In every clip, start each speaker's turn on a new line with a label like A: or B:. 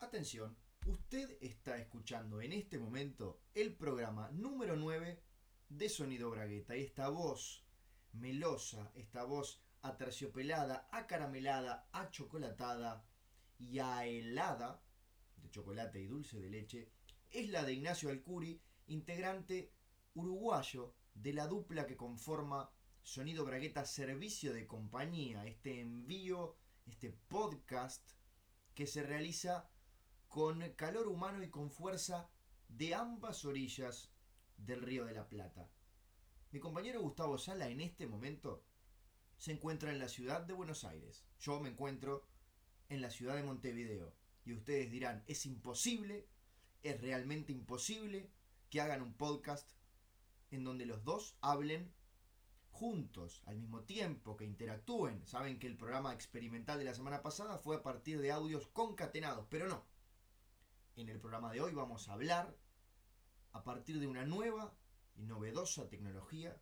A: Atención, usted está escuchando en este momento el programa número 9 de Sonido Bragueta y esta voz melosa, esta voz aterciopelada, acaramelada, achocolatada y ahelada de chocolate y dulce de leche es la de Ignacio Alcuri, integrante uruguayo de la dupla que conforma Sonido Bragueta Servicio de Compañía, este envío, este podcast que se realiza con calor humano y con fuerza de ambas orillas del Río de la Plata. Mi compañero Gustavo Sala en este momento se encuentra en la ciudad de Buenos Aires. Yo me encuentro en la ciudad de Montevideo. Y ustedes dirán, es imposible, es realmente imposible que hagan un podcast en donde los dos hablen juntos, al mismo tiempo, que interactúen. Saben que el programa experimental de la semana pasada fue a partir de audios concatenados, pero no. En el programa de hoy vamos a hablar a partir de una nueva y novedosa tecnología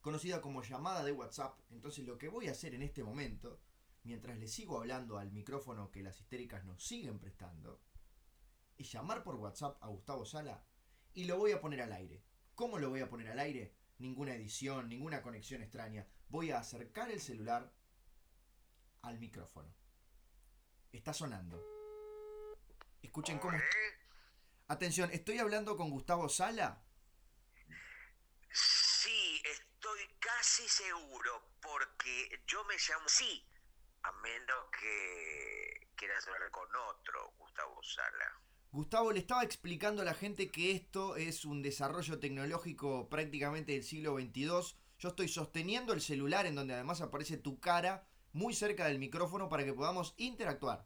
A: conocida como llamada de WhatsApp. Entonces lo que voy a hacer en este momento, mientras le sigo hablando al micrófono que las histéricas nos siguen prestando, es llamar por WhatsApp a Gustavo Sala y lo voy a poner al aire. ¿Cómo lo voy a poner al aire? ninguna edición, ninguna conexión extraña. Voy a acercar el celular al micrófono. Está sonando. Escuchen cómo.
B: ¿Eh?
A: Atención, estoy hablando con Gustavo Sala.
B: Sí, estoy casi seguro, porque yo me llamo sí, a menos que quieras hablar con otro, Gustavo Sala.
A: Gustavo, le estaba explicando a la gente que esto es un desarrollo tecnológico prácticamente del siglo XXII. Yo estoy sosteniendo el celular en donde además aparece tu cara muy cerca del micrófono para que podamos interactuar.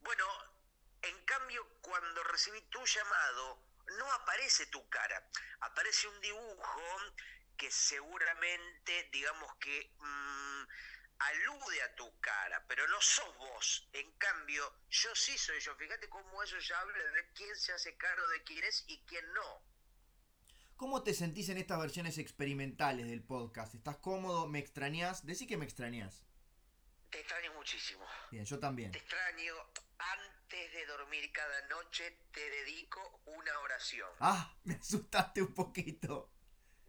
B: Bueno, en cambio, cuando recibí tu llamado, no aparece tu cara, aparece un dibujo que seguramente, digamos que... Mmm, alude a tu cara, pero no sos vos. En cambio, yo sí soy yo. Fíjate cómo eso ya habla de quién se hace cargo de quién es y quién no.
A: ¿Cómo te sentís en estas versiones experimentales del podcast? ¿Estás cómodo? ¿Me extrañás? Decí que me extrañás.
B: Te extraño muchísimo.
A: Bien, yo también.
B: Te extraño. Antes de dormir cada noche te dedico una oración.
A: Ah, me asustaste un poquito.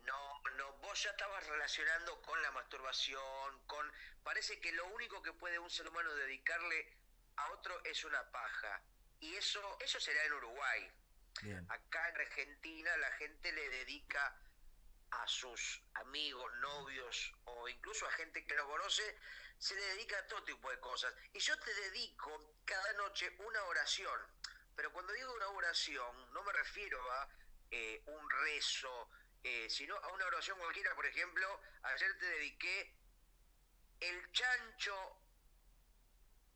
B: No, no, vos ya estabas relacionando con la masturbación, con... Parece que lo único que puede un ser humano dedicarle a otro es una paja. Y eso, eso será en Uruguay.
A: Bien.
B: Acá en Argentina la gente le dedica a sus amigos, novios o incluso a gente que los conoce, se le dedica a todo tipo de cosas. Y yo te dedico cada noche una oración. Pero cuando digo una oración, no me refiero a eh, un rezo, eh, sino a una oración cualquiera. Por ejemplo, ayer te dediqué el chancho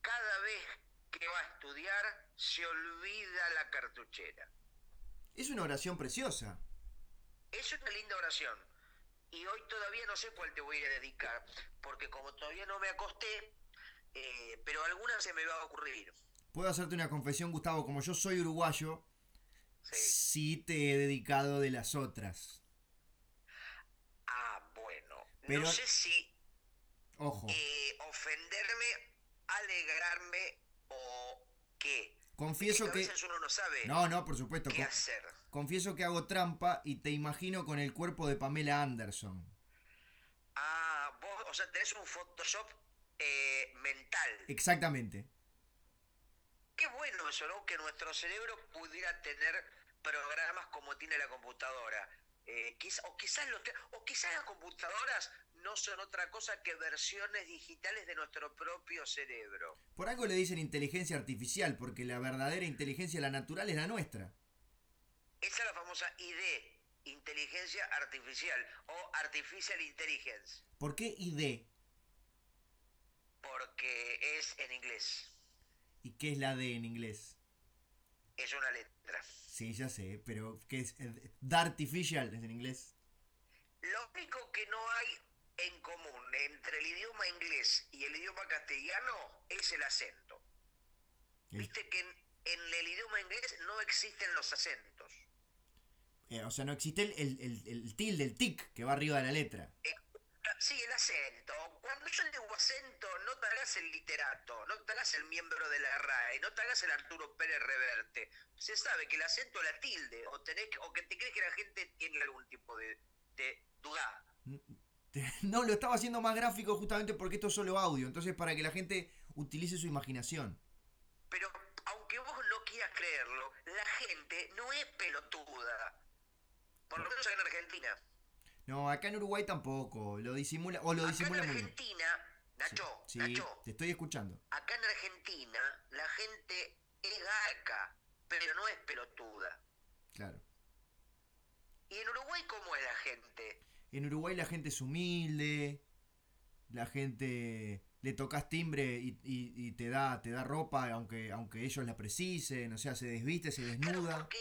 B: cada vez que va a estudiar se olvida la cartuchera.
A: Es una oración preciosa.
B: Es una linda oración. Y hoy todavía no sé cuál te voy a dedicar, porque como todavía no me acosté, eh, pero alguna se me va a ocurrir.
A: Puedo hacerte una confesión, Gustavo, como yo soy uruguayo, sí, sí te he dedicado de las otras.
B: Ah, bueno.
A: Pero- Oh.
B: No sé si
A: Ojo,
B: eh, ofenderme, alegrarme o qué.
A: confieso
B: Porque a
A: que...
B: veces uno no sabe
A: No, no, por supuesto.
B: qué
A: con-
B: hacer.
A: Confieso que hago trampa y te imagino con el cuerpo de Pamela Anderson.
B: Ah, vos, o sea, tenés un Photoshop eh, mental.
A: Exactamente.
B: Qué bueno eso, ¿no? Que nuestro cerebro pudiera tener programas como tiene la computadora. Eh, quiz- o, quizás los te- o quizás las computadoras no son otra cosa que versiones digitales de nuestro propio cerebro.
A: Por algo le dicen inteligencia artificial, porque la verdadera inteligencia, la natural, es la nuestra.
B: Esa es la famosa ID, inteligencia artificial o artificial intelligence,
A: ¿Por qué ID?
B: porque es en inglés,
A: ¿Y qué es la D en inglés?
B: es una letra.
A: Sí, ya sé, pero ¿qué es? Dartificial es en inglés.
B: Lo único que no hay en común entre el idioma inglés y el idioma castellano es el acento.
A: Eh,
B: Viste que en, en el idioma inglés no existen los acentos.
A: eh, o sea, no existe el, el- el- el tilde, el tic que va arriba de la letra.
B: Eh, Sí, el acento. Cuando yo digo acento, no te hagas el literato, no te hagas el miembro de la RAE, no te hagas el Arturo Pérez Reverte. Se sabe que el acento la tilde, o, tenés, que- o que te crees que la gente tiene algún tipo de, de duda.
A: Este, No, lo estaba haciendo más gráfico justamente porque esto es solo audio. Entonces, para que la gente utilice su imaginación.
B: Pero aunque vos no quieras creerlo, la gente no es pelotuda. Por lo menos acá en Argentina.
A: No, acá en Uruguay tampoco. Lo disimula. O lo
B: Acá en
A: disimula muy bien.
B: Argentina, Nacho,
A: Sí,
B: Nacho,
A: te estoy escuchando.
B: acá en Argentina la gente es garca, pero no es pelotuda.
A: Claro.
B: ¿Y en Uruguay cómo es la gente?
A: En Uruguay la gente es humilde. La gente. Le tocas timbre y, y- y te da te da ropa, aunque, aunque ellos la precisen. O sea, se desviste, se
B: Claro,
A: desnuda.
B: porque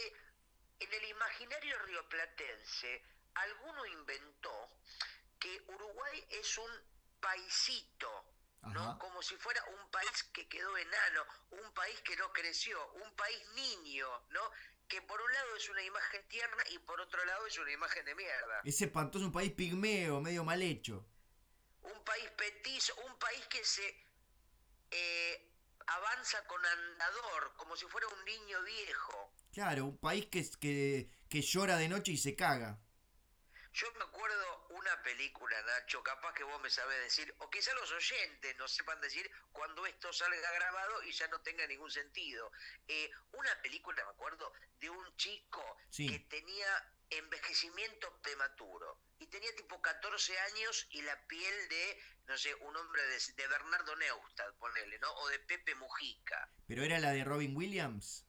B: en el imaginario rioplatense, alguno inventó que Uruguay es un paisito, ¿no?
A: Ajá.
B: Como si fuera un país que quedó enano, un país que no creció, un país niño, ¿no? Que por un lado es una imagen tierna y por otro lado es una imagen de mierda.
A: Es espantoso, un país pigmeo, medio mal hecho.
B: un país petizo, un país que se eh, avanza con andador, como si fuera un niño viejo.
A: Claro, un país que, que, que llora de noche y se caga.
B: Yo me acuerdo una película, Nacho, capaz que vos me sabés decir, o quizá los oyentes no sepan decir cuando esto salga grabado y ya no tenga ningún sentido. Eh, una película, me acuerdo, de un chico
A: Sí.
B: que tenía envejecimiento prematuro y tenía tipo 14 años y la piel de, no sé, un hombre de, de Bernardo Neustadt, ponele, ¿no? O de Pepe Mujica.
A: Pero era la de Robin Williams.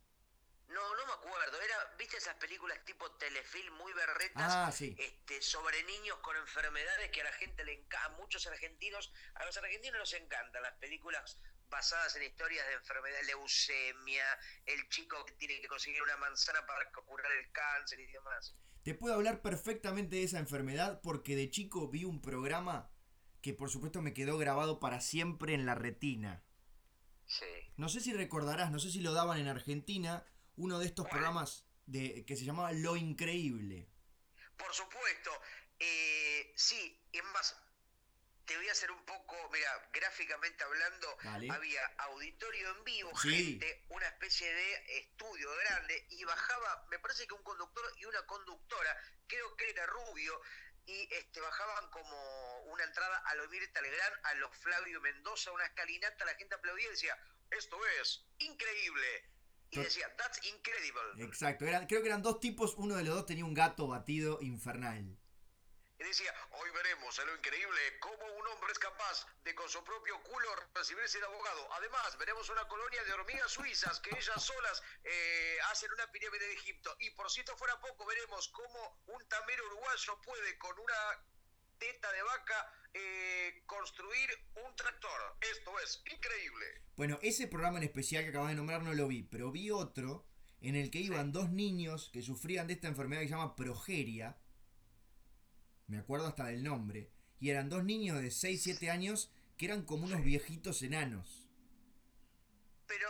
B: No, no me acuerdo, era, ¿viste esas películas tipo telefilm muy berretas?
A: Ah, sí.
B: este, sobre niños con enfermedades que a la gente le encanta, a muchos argentinos, a los argentinos nos encantan las películas basadas en historias de enfermedad, leucemia, el chico que tiene que conseguir una manzana para curar el cáncer y demás.
A: Te puedo hablar perfectamente de esa enfermedad porque de chico vi un programa que por supuesto me quedó grabado para siempre en la retina.
B: Sí.
A: No sé si recordarás, no sé si lo daban en Argentina, uno de estos programas de, que se llamaba Lo Increíble.
B: Por supuesto, eh, sí, es más, te voy a hacer un poco, mira, gráficamente hablando,
A: Dale.
B: había auditorio en vivo,
A: Sí.
B: gente, una especie de estudio grande, y bajaba, me parece que un conductor y una conductora, creo que era rubio, y este, bajaban como una entrada a lo Mirta Legrand, a lo Flavio Mendoza, una escalinata, la gente aplaudía y decía, esto es increíble. Y
A: Tot-
B: decía, that's incredible.
A: Exacto, eran, creo que eran dos tipos, uno de los dos tenía un gato batido infernal.
B: Y decía, hoy veremos a lo increíble cómo un hombre es capaz de con su propio culo recibirse de abogado. Además, veremos una colonia de hormigas suizas que ellas solas eh, hacen una pirámide de Egipto. Y por si esto fuera poco, veremos cómo un tamero uruguayo puede con una teta de vaca eh, construir un tractor. Esto es increíble.
A: Bueno, ese programa en especial que acabas de nombrar no lo vi, pero vi otro en el que iban dos niños que sufrían de esta enfermedad que se llama progeria. Me acuerdo hasta del nombre. Y eran dos niños de 6, 7 años que eran como unos viejitos enanos.
B: Pero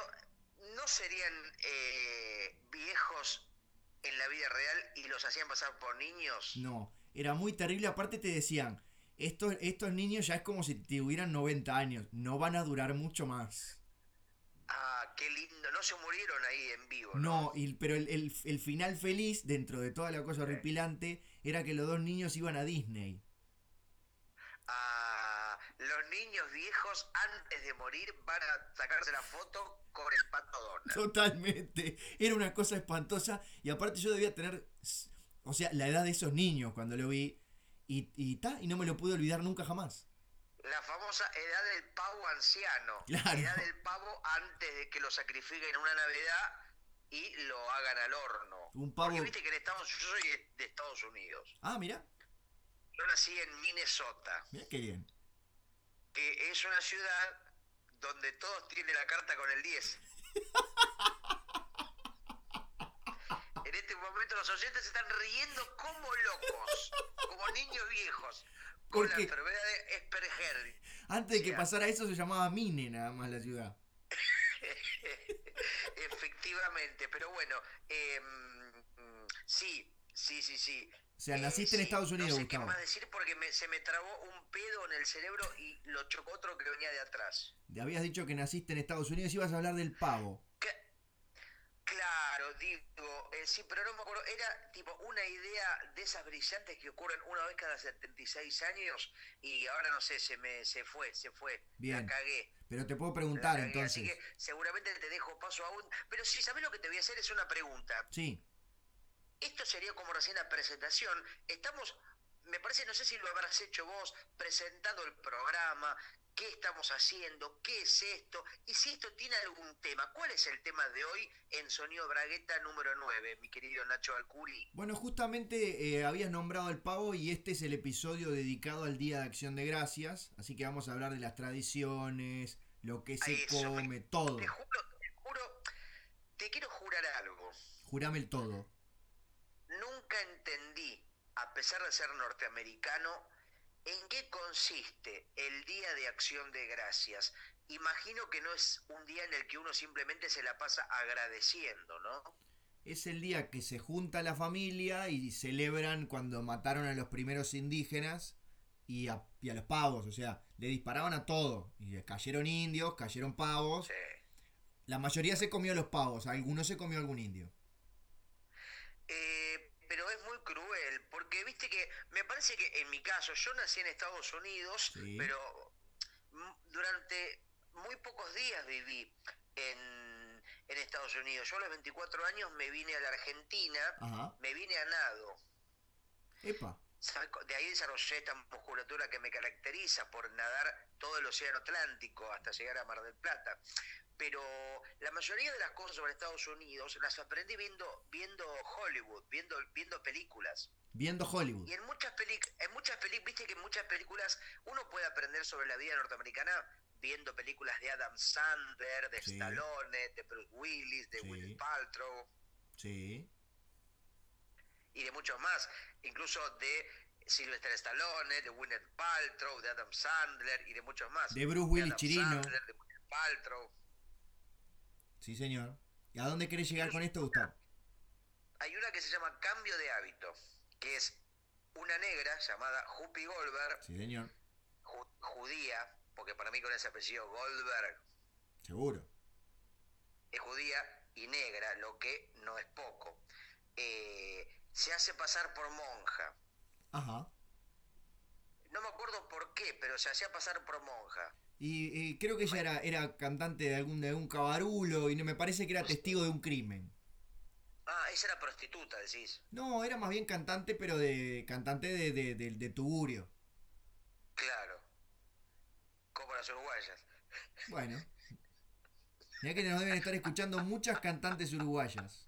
B: ¿no serían eh, viejos en la vida real y los hacían pasar por niños?
A: No, era muy terrible. Aparte te decían, estos, estos niños ya es como si tuvieran 90 años. No van a durar mucho más.
B: Ah, qué lindo. No se murieron ahí en vivo, ¿no?
A: No, y- pero el, el- el final feliz, dentro de toda la cosa horripilante, era que los dos niños iban a Disney.
B: Ah, los niños viejos antes de morir van a sacarse la foto con el pato Donald.
A: Totalmente. Era una cosa espantosa. Y aparte yo debía tener, s- o sea, la edad de esos niños cuando lo vi. Y, y, ta, y no me lo pude olvidar nunca jamás.
B: La famosa edad del pavo anciano.
A: Claro.
B: Edad del pavo antes de que lo sacrifiquen en una Navidad y lo hagan al horno.
A: Un pavo-
B: Porque viste que en Estados yo soy de- de Estados Unidos.
A: Ah, mira,
B: Yo nací en Minnesota,
A: mira qué bien.
B: que es una ciudad donde todos tienen la carta con el 10. En este momento los oyentes se están riendo como locos, como niños viejos, con
A: ¿Por
B: la
A: qué?
B: enfermedad de Asperger.
A: Antes de que
B: Sí, ah.
A: pasara eso se llamaba Mine nada más la ciudad.
B: Efectivamente, pero bueno, em, mm, sí, sí, sí, sí.
A: O sea, naciste
B: Eh,
A: en
B: sí,
A: Estados Unidos,
B: No sé
A: Gustavo.
B: qué más decir porque me- se me trabó un pedo en el cerebro y lo chocó otro que venía de atrás.
A: Habías dicho que naciste en Estados Unidos y ibas a hablar del pavo.
B: Cla- Claro, digo, eh, sí, pero no me acuerdo, era tipo una idea de esas brillantes que ocurren una vez cada 76 años y ahora no sé, se me se fue, se fue,
A: Bien.
B: la cagué.
A: Pero te puedo
B: la
A: preguntar
B: cagué, Así
A: entonces.
B: que seguramente te dejo paso aún, pero sí, ¿sabes lo que te voy a hacer? Es una pregunta.
A: Sí,
B: Esto sería como recién la presentación. Estamos, me parece, no sé si lo habrás hecho vos, presentando el programa, qué estamos haciendo, qué es esto, y si esto tiene algún tema. ¿Cuál es el tema de hoy en Sonido Bragueta número 9, mi querido Nacho Alcuri?
A: Bueno, justamente eh, habías nombrado el pavo y este es el episodio dedicado al Día de Acción de Gracias, así que vamos a hablar de las tradiciones, lo que se
B: Ay, eso me-
A: come, todo.
B: Te juro, te juro, te quiero jurar algo.
A: Jurame el todo.
B: Nunca entendí, a pesar de ser norteamericano, en qué consiste el Día de Acción de Gracias. Imagino que no es un día en el que uno simplemente se la pasa agradeciendo, ¿no?
A: Es el día que se junta la familia y celebran cuando mataron a los primeros indígenas y a, y a los pavos, o sea, le disparaban a todo. Y cayeron indios, cayeron pavos.
B: Sí.
A: La mayoría se comió los pavos, algunos se comió algún indio.
B: Eh, pero es muy cruel, porque viste que me parece que en mi caso, yo nací en Estados Unidos,
A: Sí.
B: pero mm, durante muy pocos días viví en, en Estados Unidos. Yo a los 24 años me vine a la Argentina,
A: Ajá.
B: me vine a nado.
A: Epa.
B: ¿Sabe co- De ahí desarrollé esta musculatura que me caracteriza por nadar todo el océano Atlántico hasta llegar a Mar del Plata. Pero la mayoría de las cosas sobre Estados Unidos las aprendí viendo, viendo Hollywood, viendo, viendo películas.
A: Viendo Hollywood.
B: Y en muchas películas, en muchas peli- viste que en muchas películas uno puede aprender sobre la vida norteamericana viendo películas de Adam Sandler, de
A: Sí.
B: Stallone, de Bruce Willis, de
A: Sí.
B: Will Paltrow
A: Sí.
B: y de muchos más, incluso de Sylvester Stallone, de Gwyneth Paltrow, de Adam Sandler y de muchos más.
A: De Bruce Willis
B: Adam
A: Chirino.
B: Sandler, de Gwyneth Paltrow.
A: Sí, señor. ¿Y a dónde querés llegar con esto, Gustavo?
B: Hay una que se llama Cambio de Hábito, que es una negra llamada Whoopi Goldberg,
A: Sí, señor.
B: ju- judía, porque para mí con ese apellido Goldberg
A: Seguro.
B: es judía y negra, lo que no es poco. Eh, se hace pasar por monja.
A: Ajá.
B: No me acuerdo por qué, pero se hacía pasar por monja.
A: Y, y creo que ella era, era cantante de algún, de algún cabarulo y no- me parece que era testigo de un crimen.
B: Ah, esa era prostituta, decís.
A: No, era más bien cantante, pero de cantante de, de, de- de tugurio.
B: Claro. Como las uruguayas.
A: Bueno. Mirá que nos deben estar escuchando muchas cantantes uruguayas.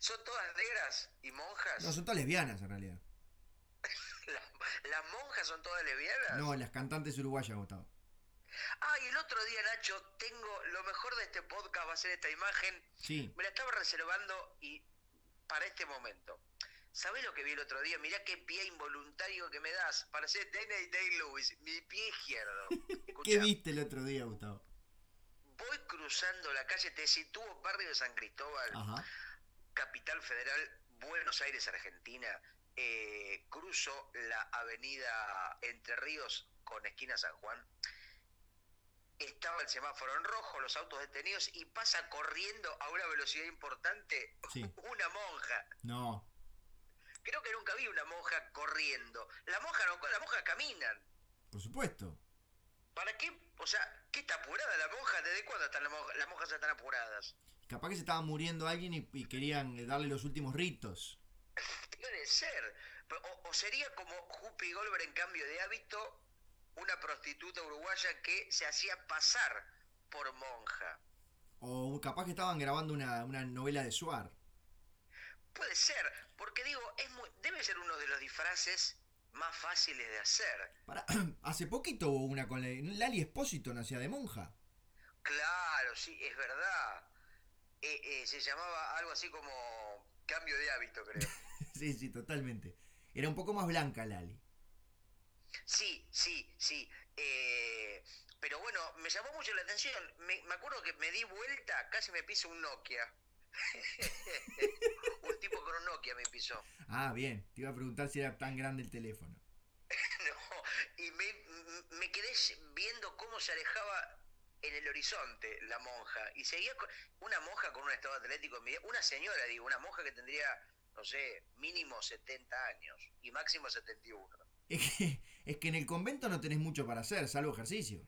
B: ¿Son todas negras y monjas?
A: No, son todas lesbianas en realidad.
B: La- ¿Las monjas son todas lesbianas?
A: No, las cantantes uruguayas, Gustavo.
B: Ah, y el otro día, Nacho, tengo lo mejor de este podcast, va a ser esta imagen.
A: Sí.
B: Me la estaba reservando y para este momento. ¿Sabés lo que vi el otro día? Mirá qué pie involuntario que me das. Parece Danny Day-Lewis, mi pie izquierdo.
A: ¿Qué
B: Escuchá,
A: viste el otro día, Gustavo?
B: voy cruzando la calle, te sitúo barrio de San Cristóbal.
A: Ajá.
B: Capital Federal, Buenos Aires, Argentina. Eh, cruzo la avenida Entre Ríos con esquina San Juan. Estaba el semáforo en rojo, los autos detenidos y pasa corriendo a una velocidad importante
A: Sí.
B: una monja.
A: No.
B: Creo que nunca vi una monja corriendo. La monja no, la monja caminan.
A: Por supuesto.
B: ¿Para qué? O sea, ¿qué está apurada la monja? ¿Desde cuándo están las monjas? Las monjas están apuradas.
A: Capaz que se estaba muriendo alguien y, y querían eh, darle los últimos ritos.
B: Puede ser. Pero- O, o sería como Juppie Goldberg en cambio de hábito, una prostituta uruguaya que se hacía pasar por monja.
A: O capaz que estaban grabando una, una novela de Suar.
B: Puede ser, porque digo, es muy- debe ser uno de los disfraces más fáciles de hacer.
A: Pará, hace poquito hubo una con la- Lali Espósito, nacía de monja.
B: Claro, sí, es verdad. Eh, eh, se llamaba algo así como cambio de hábito, creo.
A: sí, sí, totalmente. Era un poco más blanca Lali.
B: Sí, sí, sí. Eh, pero bueno, me llamó mucho la atención. Me, me acuerdo que me di vuelta, casi me piso un Nokia. un tipo con un Nokia me pisó.
A: Ah, bien. Te iba a preguntar si era tan grande el teléfono.
B: no, y me, me quedé viendo cómo se alejaba en el horizonte la monja y seguía con, una monja con un estado atlético en mi- una señora digo una monja que tendría no sé mínimo 70 años y máximo 71
A: Es que, es que en el convento no tenés mucho para hacer, salvo ejercicio.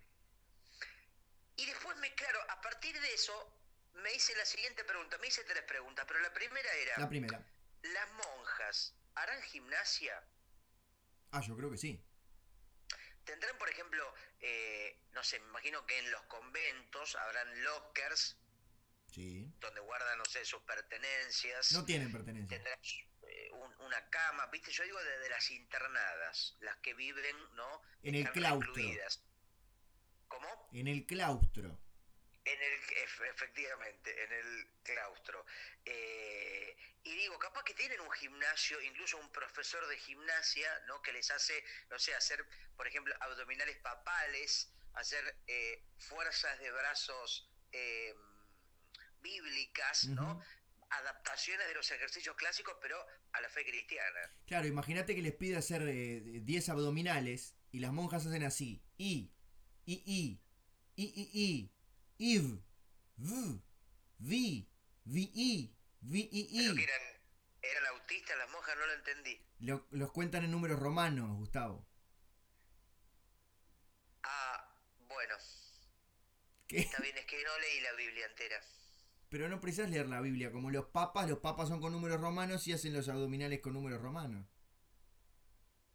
B: y después me claro a partir de eso me hice la siguiente pregunta me hice tres preguntas pero la primera era
A: La primera.
B: las monjas harán gimnasia
A: Ah, yo creo que sí.
B: tendrán por ejemplo eh, no sé me imagino que en los conventos habrán lockers
A: Sí.
B: donde guardan no sé sus pertenencias
A: No tienen pertenencia.
B: tendrás eh, un- una cama, viste, yo digo de, de las internadas, las que viven, ¿no?
A: En el
B: Están
A: claustro.
B: recluidas. ¿Cómo?
A: En el claustro.
B: En el, ef- efectivamente, en el claustro. Eh, y digo, capaz que tienen un gimnasio, incluso un profesor de gimnasia, ¿no? Que les hace, no sé, hacer, por ejemplo, abdominales papales, hacer eh, fuerzas de brazos eh, bíblicas, ¿no?
A: Ujú.
B: adaptaciones de los ejercicios clásicos, pero a la fe cristiana.
A: Claro, imagínate que les pide hacer eh, 10 abdominales y las monjas hacen así. I, I, I, I, I, I, IV, V, VI, VI,
B: Pero que
A: VII.
B: eran, eran autistas, las monjas no lo entendí.
A: Lo- los cuentan en números romanos, Gustavo.
B: Ah, bueno,
A: ¿Qué?
B: está bien, es que no leí la Biblia entera.
A: Pero no precisas leer la Biblia. Como los papas, los papas son con números romanos y hacen los abdominales con números romanos.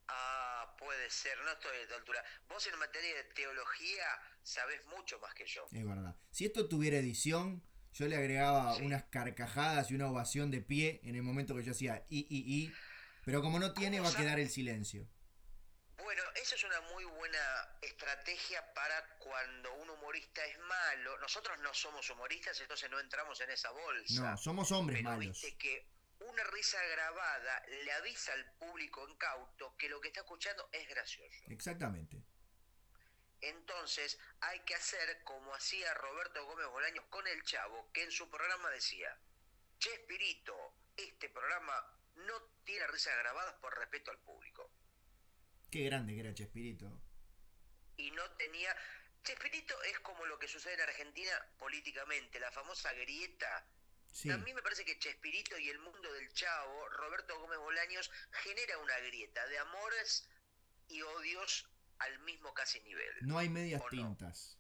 B: Ah, puede ser, no estoy a esta altura. Vos en materia de teología sabés mucho más que yo.
A: Es verdad. Si esto tuviera edición, yo le agregaba
B: Sí.
A: unas carcajadas y una ovación de pie en el momento que yo hacía I, I, I. Pero como no tiene, va a
B: ¿Cómo
A: quedar el silencio.
B: Bueno, eso es una muy buena estrategia para cuando un humorista es malo. Nosotros no somos humoristas, entonces no entramos en esa bolsa.
A: No, somos hombres
B: Pero
A: malos.
B: viste que una risa grabada le avisa al público incauto que lo que está escuchando es gracioso.
A: Exactamente.
B: Entonces hay que hacer como hacía Roberto Gómez Bolaños con el Chavo, que en su programa decía, Che Espirito, este programa no tiene risas grabadas por respeto al público.
A: Qué grande que era Chespirito.
B: Y no tenía... Che Espirito es como lo que sucede en Argentina políticamente, la famosa grieta
A: Sí.
B: A mí me parece que Chespirito y el mundo del chavo, Roberto Gómez Bolaños, genera una grieta de amores y odios al mismo casi nivel.
A: No hay medias
B: ¿O no?
A: tintas.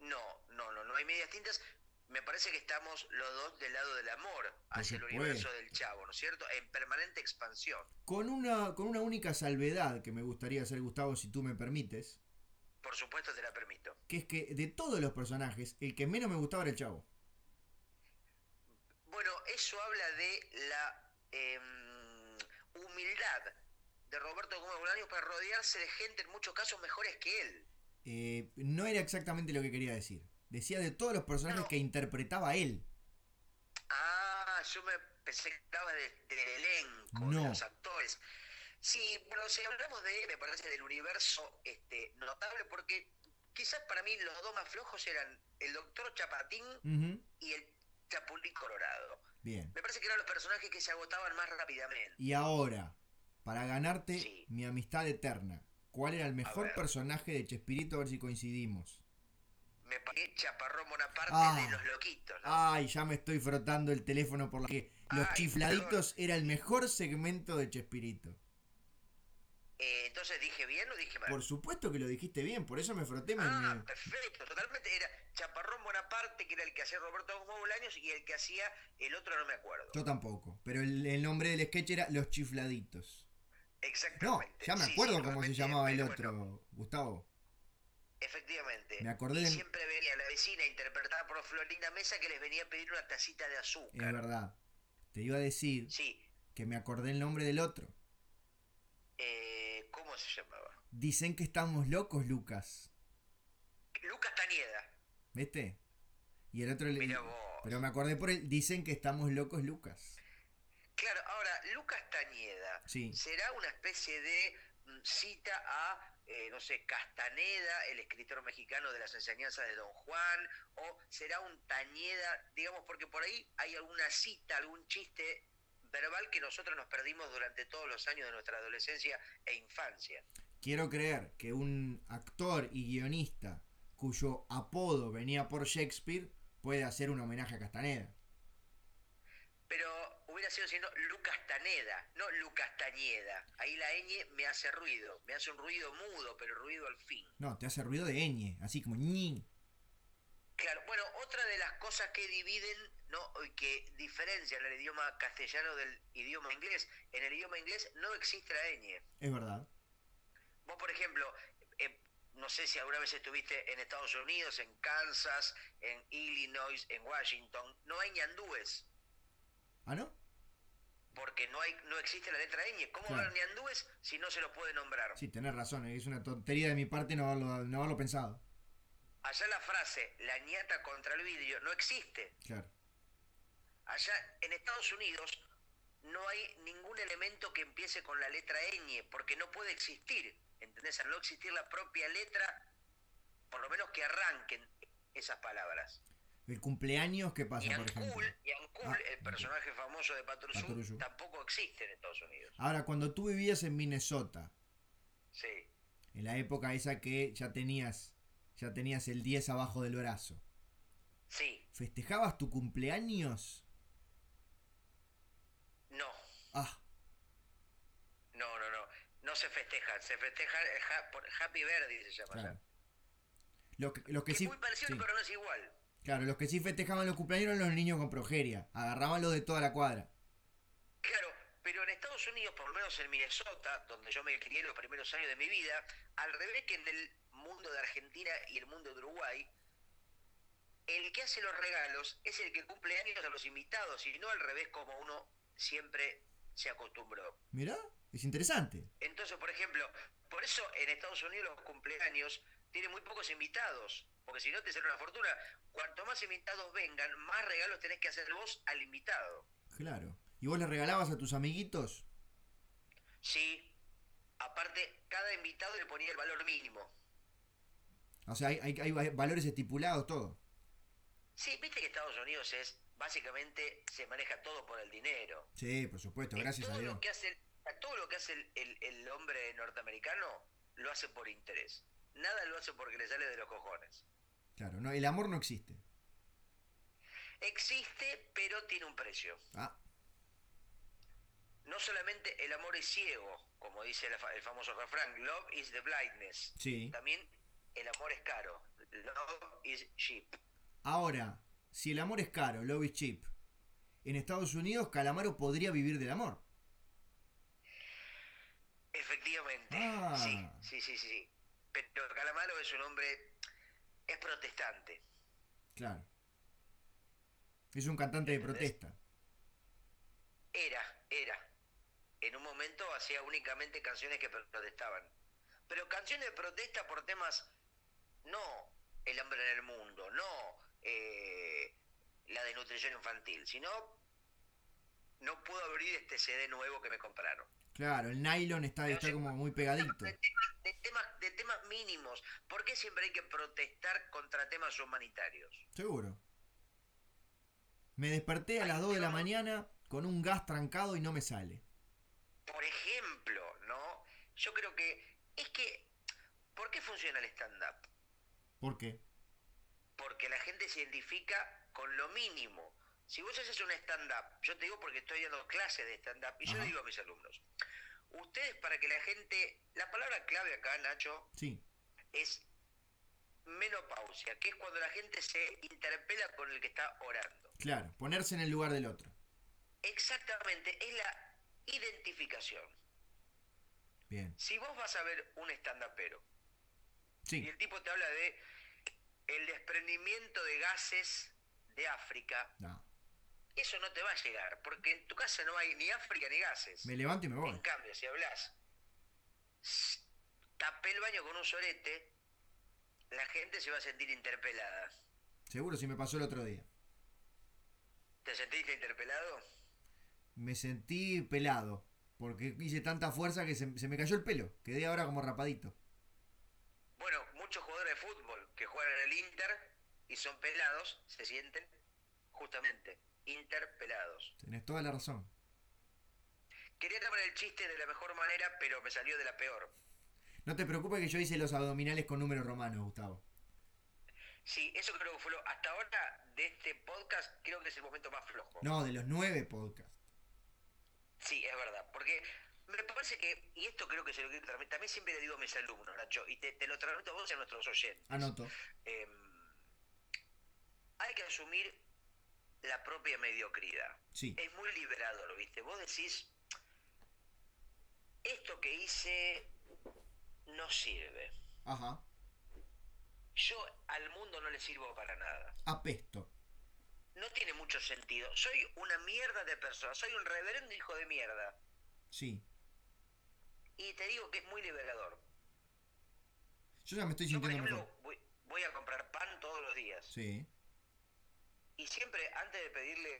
B: No, no, no, no hay medias tintas. Me parece que estamos los dos del lado del amor hacia el
A: supuesto.
B: universo del chavo, ¿no es cierto? En permanente expansión.
A: Con una, con una única salvedad que me gustaría hacer, Gustavo, si tú me permites,
B: Por supuesto te la permito.
A: que es que de todos los personajes, el que menos me gustaba era el chavo.
B: Bueno, eso habla de la em, humildad de Roberto Gómez Bolaños para rodearse de gente en muchos casos mejores que él.
A: Eh, no era exactamente lo que quería decir. Decía de todos los personajes
B: No.
A: que interpretaba él.
B: Ah, yo me pensé que hablabas de- del elenco,
A: No.
B: de los actores. Sí, bueno, si hablamos de, me parece, del universo este, notable, porque quizás para mí los dos más flojos eran el doctor Chapatín
A: Ujú.
B: y el Chapulín Colorado.
A: Bien.
B: Me parece que eran los personajes que se agotaban más rápidamente.
A: Y ahora, para ganarte
B: Sí.
A: mi amistad eterna, ¿cuál era el mejor
B: ver.
A: personaje de Chespirito? A ver si coincidimos.
B: Me parece Chaparrón Bonaparte
A: Ah.
B: de los loquitos, ¿no?
A: Ay, ya me estoy frotando el teléfono por la que los
B: Ay,
A: chifladitos era el mejor segmento de Chespirito.
B: Eh, entonces, ¿dije bien o dije mal?
A: Por supuesto que lo dijiste bien, por eso me froté. me-
B: Ah,
A: me-
B: perfecto, totalmente. Era Chaparrón Bonaparte, que era el que hacía Roberto Gómez Bolaños, y el que hacía el otro, no me acuerdo.
A: Yo tampoco, pero el, el nombre del sketch era Los Chifladitos. No,
B: Exactamente.
A: ya me
B: Sí,
A: acuerdo
B: sí,
A: cómo se
B: realmente,
A: llamaba el
B: pero
A: otro,
B: bueno,
A: Gustavo.
B: efectivamente.
A: Me acordé
B: Y
A: de-
B: siempre venía la vecina interpretada por Florinda Mesa que les venía a pedir una tacita de
A: Es
B: azúcar.
A: verdad. Te iba a decir
B: Sí.
A: que me acordé el nombre del otro.
B: eh, ¿Cómo se llamaba?
A: Dicen que estamos locos, Lucas.
B: Lucas Tanieda.
A: ¿Viste? Y el otro le.
B: Mira vos.
A: Pero me acordé por él. Dicen que estamos locos, Lucas.
B: Claro, ahora, Lucas Tañeda
A: Sí.
B: será una especie de mm, cita a eh, no sé, Castaneda, el escritor mexicano de las enseñanzas de Don Juan, o será un Tañeda, digamos, porque por ahí hay alguna cita, algún chiste verbal que nosotros nos perdimos durante todos los años de nuestra adolescencia e infancia.
A: Quiero creer que un actor y guionista cuyo apodo venía por Shakespeare puede hacer un homenaje a Castaneda.
B: Pero hubiera sido siendo Lucas Taneda, no Lucas Tañeda. Ahí la ñ me hace ruido, me hace un ruido mudo, pero ruido al fin.
A: No, te hace ruido de ñ, así como ñi.
B: Claro, bueno, otra de las cosas que dividen ¿no? y que diferencian el idioma castellano del idioma inglés, en el idioma inglés no existe la ñ.
A: Es verdad.
B: Vos, por ejemplo, eh, no sé si alguna vez estuviste en Estados Unidos, en Kansas, en Illinois, en Washington, no hay ñandúes.
A: ¿Ah, no?
B: Porque no hay, no existe la letra ñ. ¿Cómo
A: Claro.
B: hablar ñandúes si no se lo puede nombrar?
A: Sí, tenés razón, es una tontería de mi parte no haberlo, no haberlo pensado.
B: Allá la frase, la ñata contra el vidrio, no existe.
A: Claro.
B: Allá en Estados Unidos no hay ningún elemento que empiece con la letra ñ, porque no puede existir, ¿entendés? Al no existir la propia letra, por lo menos que arranquen esas palabras.
A: El cumpleaños, ¿qué pasa,
B: Y
A: por ejemplo?
B: Ancul, y Ancul,
A: Ah,
B: el personaje famoso de
A: Patrusú.
B: Patrusú, tampoco existe en Estados Unidos.
A: Ahora, cuando tú vivías en Minnesota,
B: Sí.
A: en la época esa que ya tenías, ya tenías el 10 abajo del brazo,
B: Sí.
A: ¿festejabas tu cumpleaños?
B: No.
A: Ah,
B: No, no, no. No se festejan. Se festejan el ha- por Happy Verdi se llama.
A: claro.
B: allá.
A: Los que, los que
B: Que es
A: sí,
B: muy parecido,
A: sí.
B: pero no es igual.
A: Claro, los que sí festejaban los cumpleaños eran los niños con progeria. Agarraban los de toda la cuadra.
B: Claro, pero en Estados Unidos, por lo menos en Minnesota, donde yo me crié los primeros años de mi vida, al revés que en el mundo de Argentina y el mundo de Uruguay, el que hace los regalos es el que cumple años a los invitados y no al revés como uno siempre se acostumbró.
A: Mirá, es interesante.
B: Entonces, por ejemplo, por eso en Estados Unidos los cumpleaños tienen muy pocos invitados, porque si no te sale una fortuna. Cuanto más invitados vengan, más regalos tenés que hacer vos al invitado.
A: Claro. ¿Y vos le regalabas a tus amiguitos?
B: Sí. Aparte, cada invitado le ponía el valor mínimo.
A: O sea, hay, hay- hay va- valores estipulados, todo.
B: Sí, viste que Estados Unidos es, básicamente, se maneja todo por el dinero.
A: Sí, por supuesto,
B: Y
A: gracias
B: todo
A: a Dios.
B: Lo que hace, el- todo lo que hace el, el- el hombre norteamericano lo hace por interés. Nada lo hace porque le sale de los cojones.
A: Claro, no, el amor no existe.
B: Existe, pero tiene un precio.
A: Ah,
B: No solamente el amor es ciego, como dice la fa- el famoso refrán, love is the blindness.
A: sí.
B: También el amor es caro, love is cheap.
A: Ahora, si el amor es caro, love is cheap. En Estados Unidos, Calamaro podría vivir del amor.
B: Efectivamente,
A: Ah.
B: sí, sí, sí, sí, sí. Pero Calamaro es un hombre, es protestante.
A: Claro. Es un cantante de
B: ¿Entendés?
A: protesta.
B: Era, era. En un momento hacía únicamente canciones que protestaban. Pero canciones de protesta por temas, no el hambre en el mundo, no eh, la desnutrición infantil, sino no puedo abrir este CD nuevo que me compraron.
A: Claro, el nylon está, está como muy pegadito.
B: De temas, de, temas, de temas mínimos. ¿Por qué siempre hay que protestar contra temas humanitarios?
A: Seguro. Me desperté a las 2 de la mañana con un gas trancado y no me sale.
B: por ejemplo, ¿no? Yo creo que es que, ¿por qué funciona el stand-up?
A: ¿Por qué?
B: Porque la gente se identifica con lo mínimo. Si vos haces un stand-up, yo te digo porque estoy dando clases de stand-up y yo
A: Ajá.
B: le digo a mis alumnos, ustedes para que la gente, la palabra clave acá, Nacho,
A: Sí.
B: es menopausia, que es cuando la gente se interpela con el que está orando.
A: Claro, ponerse en el lugar del otro.
B: Exactamente, es la identificación.
A: Bien.
B: Si vos vas a ver un stand-upero Y
A: Sí.
B: el tipo te habla de el desprendimiento de gases de África.
A: No.
B: Eso no te va a llegar, porque en tu casa no hay ni África ni gases.
A: Me levanto y me
B: En
A: voy.
B: cambio, si hablas, tapé el baño con un sorete, la gente se va a sentir interpelada.
A: Seguro si me pasó el otro día.
B: ¿Te sentiste interpelado?
A: Me sentí pelado. Porque hice tanta fuerza que se, se me cayó el pelo. Quedé ahora como rapadito.
B: inter y son pelados, se sienten justamente interpelados.
A: Tenés toda la razón.
B: Quería tomar el chiste de la mejor manera, pero me salió de la peor.
A: No te preocupes que yo hice los abdominales con números romanos, Gustavo.
B: Sí, eso creo que fue lo... Hasta ahora de este podcast creo que es el momento más flojo.
A: No, de los nueve podcasts.
B: Sí, es verdad. Porque me parece que, y esto creo que se lo quiero transmitir, también siempre le digo a mis alumnos, Nacho, y te, te lo transmito a vos y a nuestros oyentes.
A: Anoto.
B: Eh, hay que asumir la propia mediocridad.
A: Sí.
B: Es muy liberador, ¿viste? Vos decís, esto que hice no sirve.
A: Ajá.
B: Yo al mundo no le sirvo para nada.
A: Apesto.
B: No tiene mucho sentido. Soy una mierda de persona. Soy un reverendo hijo de mierda.
A: Sí.
B: Y te digo que es muy liberador.
A: Yo ya me estoy
B: Yo, por
A: sintiendo
B: ejemplo,
A: mejor.
B: voy, voy a comprar pan todos los días.
A: Sí.
B: Y siempre antes de pedirle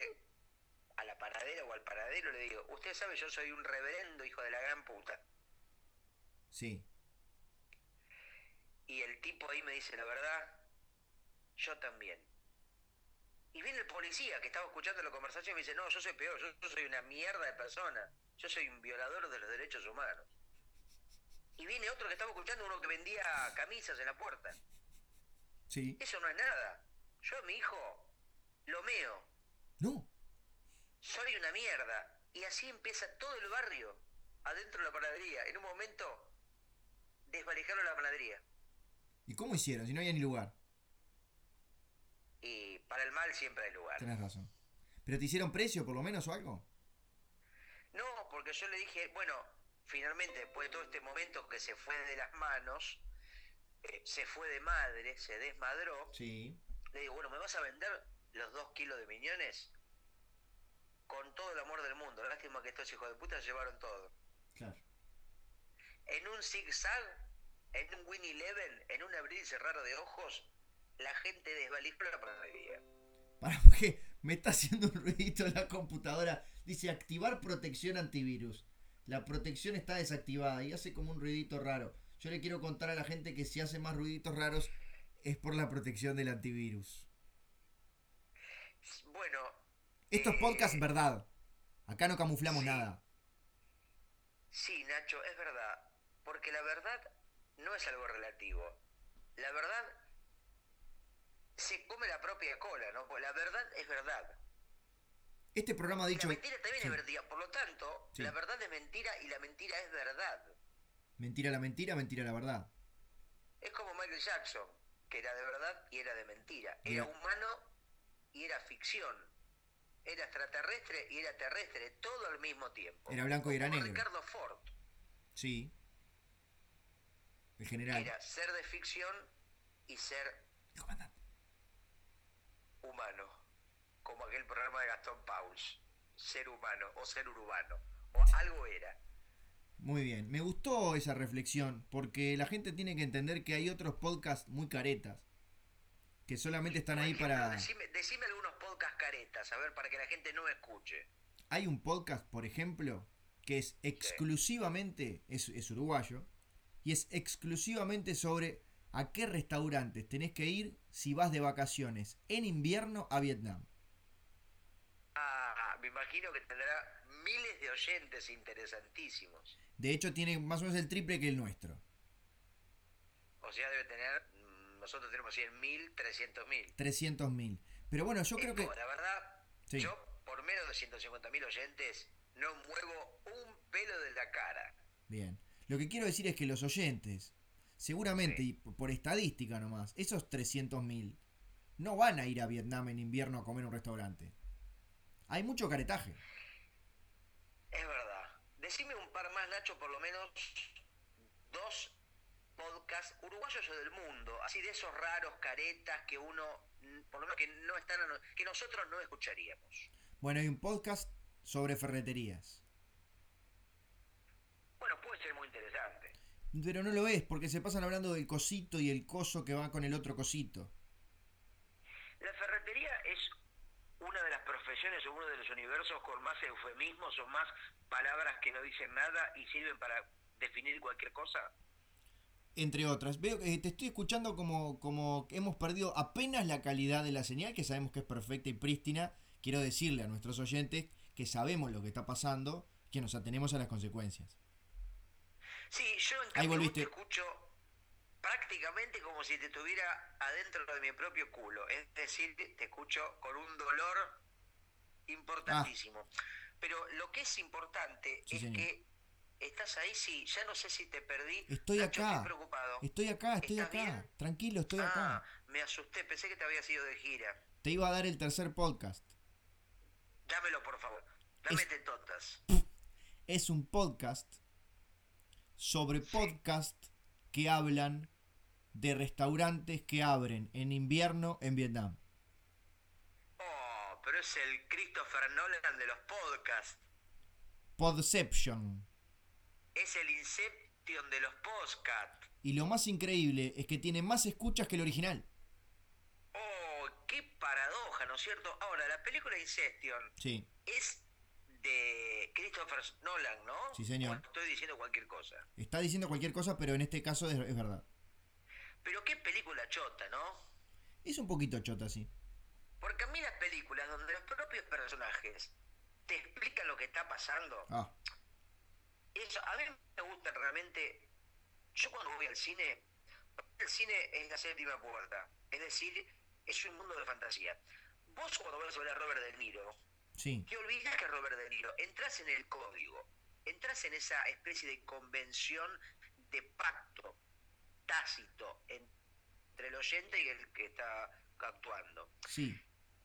B: a la paradera o al paradero le digo, usted sabe, yo soy un reverendo hijo de la gran puta.
A: Sí.
B: Y el tipo ahí me dice, la verdad, yo también. Y viene el policía que estaba escuchando la conversación y me dice, no, yo soy peor, yo, yo soy una mierda de persona, yo soy un violador de los derechos humanos. Y viene otro que estaba escuchando, uno que vendía camisas en la puerta.
A: Sí.
B: Eso no es nada. Yo a mi hijo lo meo,
A: No.
B: soy una mierda. Y así empieza todo el barrio, adentro de la panadería. En un momento, desvalijaron la panadería.
A: ¿Y cómo hicieron? Si no había ni lugar.
B: Y para el mal siempre hay lugar.
A: Tenés razón. ¿Pero te hicieron precio por lo menos o algo?
B: No, porque yo le dije, bueno, finalmente después de todo este momento que se fue de las manos, eh, se fue de madre, se desmadró,
A: Sí.
B: le digo, bueno, ¿me vas a vender los dos kilos de miñones? Con todo el amor del mundo. Lástima que estos hijos de puta se llevaron todo.
A: Claro.
B: En un zigzag, en un Win Eleven, en un abrir y cerrar de ojos, la gente desvalijó la panadería.
A: Para porque me está haciendo un ruidito la computadora. Dice activar protección antivirus. La protección está desactivada y hace como un ruidito raro. Yo le quiero contar a la gente que si hace más ruiditos raros es por la protección del antivirus.
B: Bueno,
A: Esto es podcast verdad. Acá no camuflamos
B: Eh. Sí.
A: nada.
B: Sí, Nacho, es verdad, porque la verdad no es algo relativo. La verdad se come la propia cola, ¿no? Porque La verdad es verdad.
A: Este programa ha
B: Y la
A: dicho
B: mentira también
A: sí.
B: es verdad. Por lo tanto,
A: Sí.
B: la verdad es mentira y la mentira es verdad.
A: mentira la mentira, mentira la verdad.
B: Es como Michael Jackson, que era de verdad y era de mentira. Era
A: Bien.
B: humano y era ficción. Era extraterrestre y era terrestre, todo al mismo tiempo.
A: Era blanco y era
B: Como
A: negro.
B: Ricardo Ford.
A: Sí. El general.
B: Era ser de ficción y ser
A: El comandante.
B: humano, como aquel programa de Gastón Pauls, ser humano o ser urbano, o algo era.
A: Muy bien, me gustó esa reflexión porque la gente tiene que entender que hay otros podcasts muy caretas que solamente están
B: Por
A: ahí
B: ejemplo,
A: para...
B: Decime, decime algunos podcast caretas, a ver, para que la gente no escuche.
A: Hay un podcast, por ejemplo, que es exclusivamente, es, es uruguayo, y es exclusivamente sobre a qué restaurantes tenés que ir si vas de vacaciones en invierno a Vietnam.
B: Ah, me imagino que tendrá miles de oyentes interesantísimos.
A: De hecho, tiene más o menos el triple que el nuestro.
B: O sea, debe tener, mm, nosotros tenemos 100.000, 300.000.
A: 300.000. Pero bueno, yo creo
B: Eh,
A: que...
B: no, La verdad,
A: Sí.
B: yo por menos de 150.000 oyentes no muevo un pelo de la cara.
A: Bien. Lo que quiero decir es que los oyentes, seguramente,
B: Sí.
A: y p- por estadística nomás, esos 300.000 no van a ir a Vietnam en invierno a comer a un restaurante. Hay mucho caretaje.
B: Es verdad. Decime un par más, Nacho, por lo menos dos podcasts uruguayos o del mundo, así de esos raros caretas que uno, mm, por lo menos que no están, a no- que nosotros no escucharíamos.
A: Bueno, hay un podcast sobre ferreterías.
B: Bueno, puede ser muy interesante.
A: Pero no lo es, porque se pasan hablando del cosito y el coso que va con el otro cosito.
B: La ferretería es una de las profesiones o uno de los universos con más eufemismos o más palabras que no dicen nada y sirven para definir cualquier cosa.
A: entre otras. Veo que eh, te estoy escuchando como, como que hemos perdido apenas la calidad de la señal, que sabemos que es perfecta y prístina. Quiero decirle a nuestros oyentes que sabemos lo que está pasando, que nos atenemos a las consecuencias.
B: Sí, yo en
A: Ahí
B: cambio vos
A: volviste.
B: te escucho prácticamente como si te tuviera adentro de mi propio culo. Es decir, te escucho con un dolor importantísimo. Pero lo que es importante
A: Ah. Sí,
B: es
A: señor.
B: que estás ahí, sí, ya no sé si te perdí.
A: Estoy
B: Nacho,
A: acá.
B: Estoy preocupado.
A: Estoy acá, estoy
B: ¿Estás
A: acá.
B: bien?
A: Tranquilo, estoy
B: ah,
A: acá.
B: me asusté, pensé que te habías ido de gira.
A: Te iba a dar el tercer podcast.
B: Dámelo, por favor. Dame
A: Es-
B: tetotas.
A: Es un podcast sobre podcast que hablan de restaurantes que abren en invierno en Vietnam.
B: Oh, pero es el Christopher Nolan de los podcasts.
A: Podception.
B: Es el Inception de los podcasts.
A: Y lo más increíble es que tiene más escuchas que el original.
B: Oh, qué paradoja, ¿no es cierto? Ahora, la película Inception
A: Sí.
B: es de Christopher Nolan, ¿no?
A: Sí, señor.
B: O estoy diciendo cualquier cosa.
A: Está diciendo cualquier cosa, pero en este caso es, es verdad.
B: Pero qué película chota, ¿no?
A: Es un poquito chota, sí.
B: Porque a mí las películas donde los propios personajes te explican lo que está pasando,
A: Ah,
B: eso a mí me gusta realmente. Yo cuando voy al cine, el cine es la séptima puerta. Es decir, es un mundo de fantasía. Vos cuando vas a ver a Robert De Niro,
A: sí.
B: Te olvidas que Robert De Niro, entras en el código, entras en esa especie de convención de pacto tácito en- entre el oyente y el que está actuando.
A: Sí.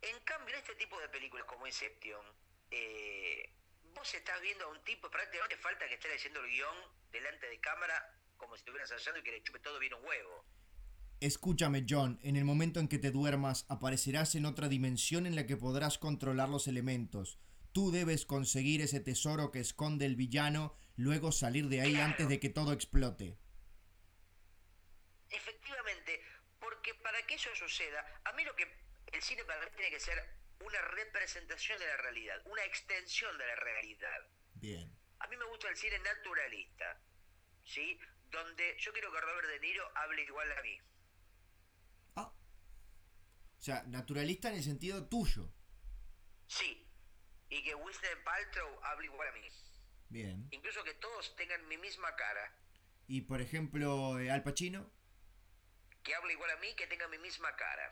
B: En cambio, en este tipo de películas como Inception, eh, vos estás viendo a un tipo, prácticamente falta que esté leyendo el guión delante de cámara como si estuvieras ensayando y que le chupe todo bien un huevo.
A: Escúchame, John, en el momento en que te duermas aparecerás en otra dimensión en la que podrás controlar los elementos. Tú debes conseguir ese tesoro que esconde el villano, luego salir de ahí
B: Claro.
A: antes de que todo explote.
B: Efectivamente, porque para que eso suceda, a mí lo que el cine para mí tiene que ser una representación de la realidad, una extensión de la realidad.
A: Bien.
B: A mí me gusta el cine naturalista, ¿sí? Donde yo quiero que Robert De Niro hable igual a mí.
A: Ah. O sea, naturalista en el sentido tuyo.
B: Sí. Y que Winston Paltrow hable igual a mí.
A: Bien.
B: Incluso que todos tengan mi misma cara.
A: Y por ejemplo, eh, Al Pacino
B: Que hable igual a mí, que tenga mi misma cara.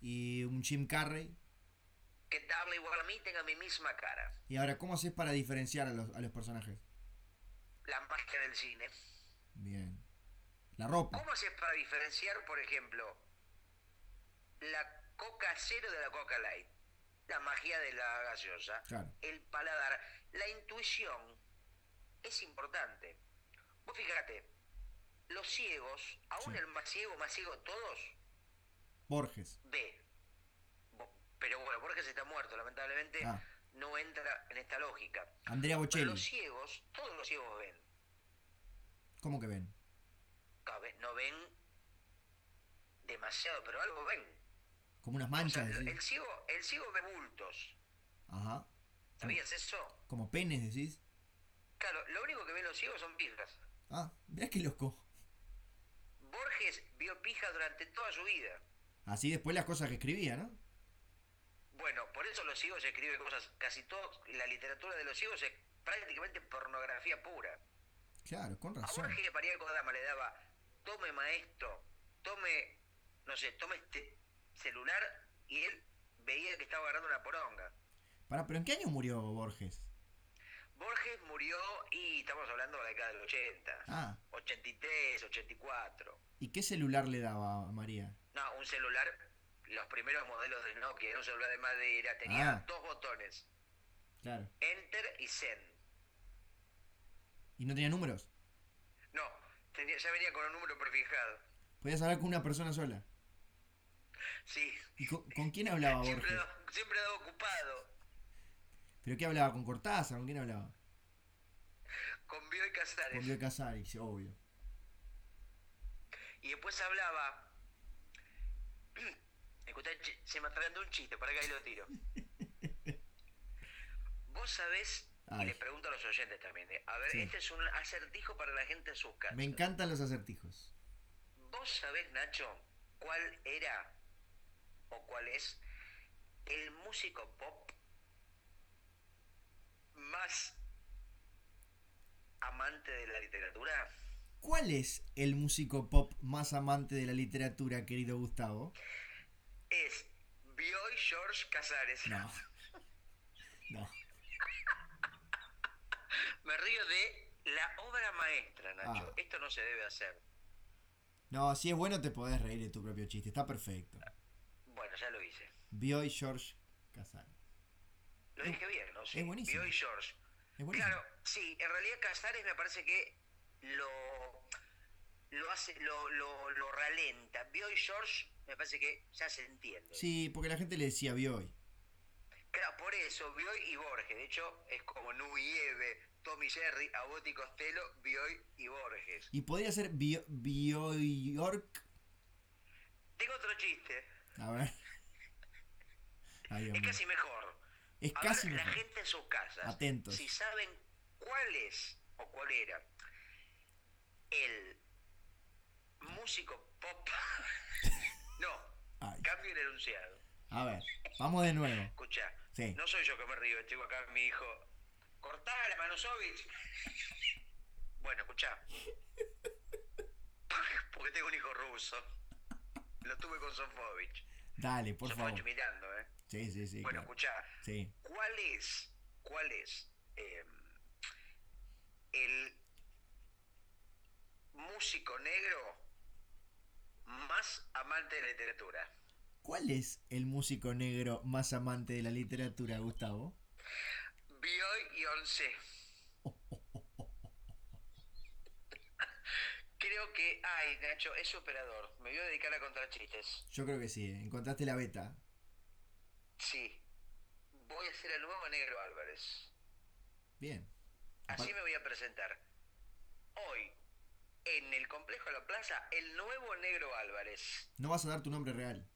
A: y un Jim Carrey.
B: Que hable igual a mí, tenga mi misma cara.
A: Y ahora, ¿cómo haces para diferenciar a los, a los personajes?
B: La magia del cine.
A: Bien. La ropa.
B: ¿Cómo haces para diferenciar, por ejemplo, la coca cero de la coca light? La magia de la gaseosa,
A: Claro.
B: el paladar, la intuición es importante. Vos fíjate, los ciegos, aún
A: Sí.
B: el más ciego, más ciego de todos,
A: Borges.
B: ve. Bo- Pero bueno, Borges está muerto, lamentablemente
A: Ah.
B: no entra en esta lógica.
A: Andrea
B: Pero
A: Bocelli.
B: los ciegos, todos los ciegos ven.
A: ¿Cómo que ven?
B: Cabe- No ven demasiado, pero algo ven.
A: Como unas
B: O sea,
A: manchas.
B: el,
A: decís.
B: el ciego, el ciego ve bultos.
A: Ajá.
B: ¿Sabías eso?
A: Como penes, decís.
B: Claro, lo único que ven los ciegos son pijas.
A: Ah, mirá qué loco.
B: Borges vio pijas durante toda su vida.
A: Así después las cosas que escribía, ¿no?
B: Bueno, por eso los ciegos escriben cosas, casi todo, la literatura de los ciegos es prácticamente pornografía pura.
A: Claro, con
B: A
A: razón.
B: Borges María Kodama le daba, tome maestro, tome, no sé, tome este celular y él veía que estaba agarrando una poronga.
A: Pará, pero ¿en qué año murió Borges?
B: Borges murió y estamos hablando de la década del 80,
A: Ah,
B: 83, 84.
A: ¿y qué celular le daba a María?
B: No, un celular, los primeros modelos de Nokia, era un celular de madera, tenía
A: Ah.
B: dos botones,
A: Claro.
B: Enter y Send.
A: ¿Y no tenía números?
B: No, tenía, ya venía con un número prefijado.
A: Podías hablar con una persona sola.
B: Sí,
A: ¿Y co- con, quién hablaba
B: siempre,
A: Borges?
B: andaba- siempre andaba ocupado.
A: ¿Pero qué hablaba? ¿Con Cortázar? ¿Con quién hablaba?
B: Con Bioy Casares.
A: Con Bioy Casares, obvio.
B: Y después hablaba. Escuchá, chi- se me atragantó un chiste, para acá y lo tiro. Vos sabés Y
A: Ay,
B: le pregunto a los oyentes también. eh, A ver,
A: Sí.
B: este es un acertijo para la gente en sus casas.
A: me encantan los acertijos.
B: ¿Vos sabés, Nacho, cuál era o cuál es el músico pop más amante de la literatura?
A: ¿Cuál es el músico pop más amante de la literatura, querido Gustavo?
B: Es Bioy George Casares.
A: No. No.
B: Me río de la obra maestra, Nacho.
A: Ah.
B: Esto no se debe hacer.
A: No, si es bueno te podés reír de tu propio chiste, está perfecto.
B: Bueno, ya lo hice.
A: Bioy George Casares.
B: Lo dije bien, ¿no? Sí.
A: es buenísimo.
B: Bioy George.
A: Es buenísimo.
B: Claro, sí, en realidad Casares me parece que lo lo hace, lo, lo, lo ralenta. Bioy George me parece que ya se entiende.
A: Sí, porque la gente le decía Bioy.
B: Claro, por eso, Bioy y Borges. De hecho, es como Nubieve, Tommy Jerry, Aboti Costello, Bioy y Borges.
A: Y podría ser Bio- Bioy York.
B: Tengo otro chiste.
A: A ver. Ay, Dios
B: Es
A: mío.
B: casi mejor.
A: Es
B: A ver,
A: casi
B: la
A: mejor.
B: gente en sus casas.
A: Atentos.
B: Si saben cuál es o cuál era el músico pop. no,
A: Ay.
B: cambio el enunciado.
A: A ver, vamos de nuevo.
B: Escucha,
A: Sí.
B: no soy yo que me río, estoy acá mi hijo. Cortala, Manusovich. bueno, escucha. Porque tengo un hijo ruso. Lo tuve con Sofovich.
A: Dale, por favor.
B: Sofovich mirando, ¿eh?
A: Sí, sí, sí.
B: bueno,
A: claro.
B: escucha.
A: Sí.
B: ¿Cuál es, cuál es eh, el músico negro más amante de la literatura?
A: ¿Cuál es el músico negro más amante de la literatura, Gustavo?
B: Bioy y Once. Creo que, ay, Nacho, es operador. Me voy a dedicar a contar chistes.
A: Yo creo que sí, ¿eh? encontraste la beta.
B: Sí. Voy a ser el nuevo negro Álvarez.
A: Bien.
B: Así me voy a presentar. Hoy, en el complejo de la plaza, el nuevo negro Álvarez.
A: No vas a dar tu nombre real.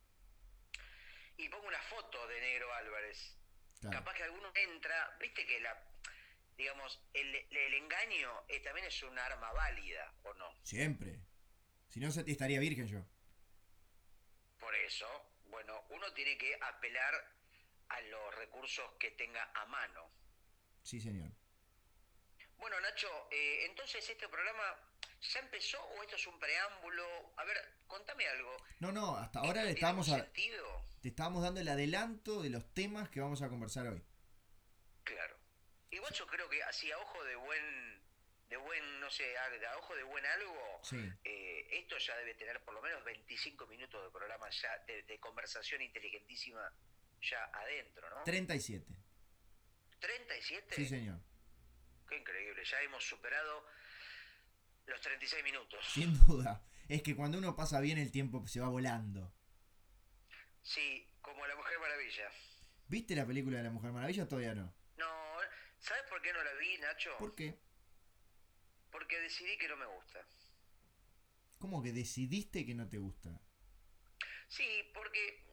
B: Y pongo una foto de negro Álvarez.
A: Claro.
B: Capaz que alguno entra, viste que la, digamos, el, el engaño eh, también es un arma válida, ¿o no?
A: Siempre. Si no, se- estaría virgen yo.
B: Por eso, bueno, uno tiene que apelar a los recursos que tenga a mano.
A: Sí, señor.
B: Bueno, Nacho, eh, entonces este programa ya empezó o esto es un preámbulo? A ver, contame algo.
A: No, no, hasta ahora le
B: ¿Tiene
A: estábamos
B: algún
A: a-
B: sentido?
A: te estábamos dando el adelanto de los temas que vamos a conversar hoy.
B: Claro. Igual yo creo que así a ojo de buen, de buen, no sé, a, a ojo de buen algo,
A: Sí.
B: eh, esto ya debe tener por lo menos 25 minutos de programa ya, de, de conversación inteligentísima ya adentro, ¿no?
A: 37.
B: ¿37?
A: Sí, señor.
B: Qué increíble, ya hemos superado los 36 minutos.
A: Sin duda. Es que cuando uno pasa bien el tiempo se va volando.
B: Sí, como la Mujer Maravilla.
A: ¿Viste la película de la Mujer Maravilla? Todavía no.
B: No, ¿sabes por qué no la vi, Nacho?
A: ¿Por qué?
B: Porque decidí que no me gusta.
A: ¿Cómo que decidiste que no te gusta?
B: Sí, porque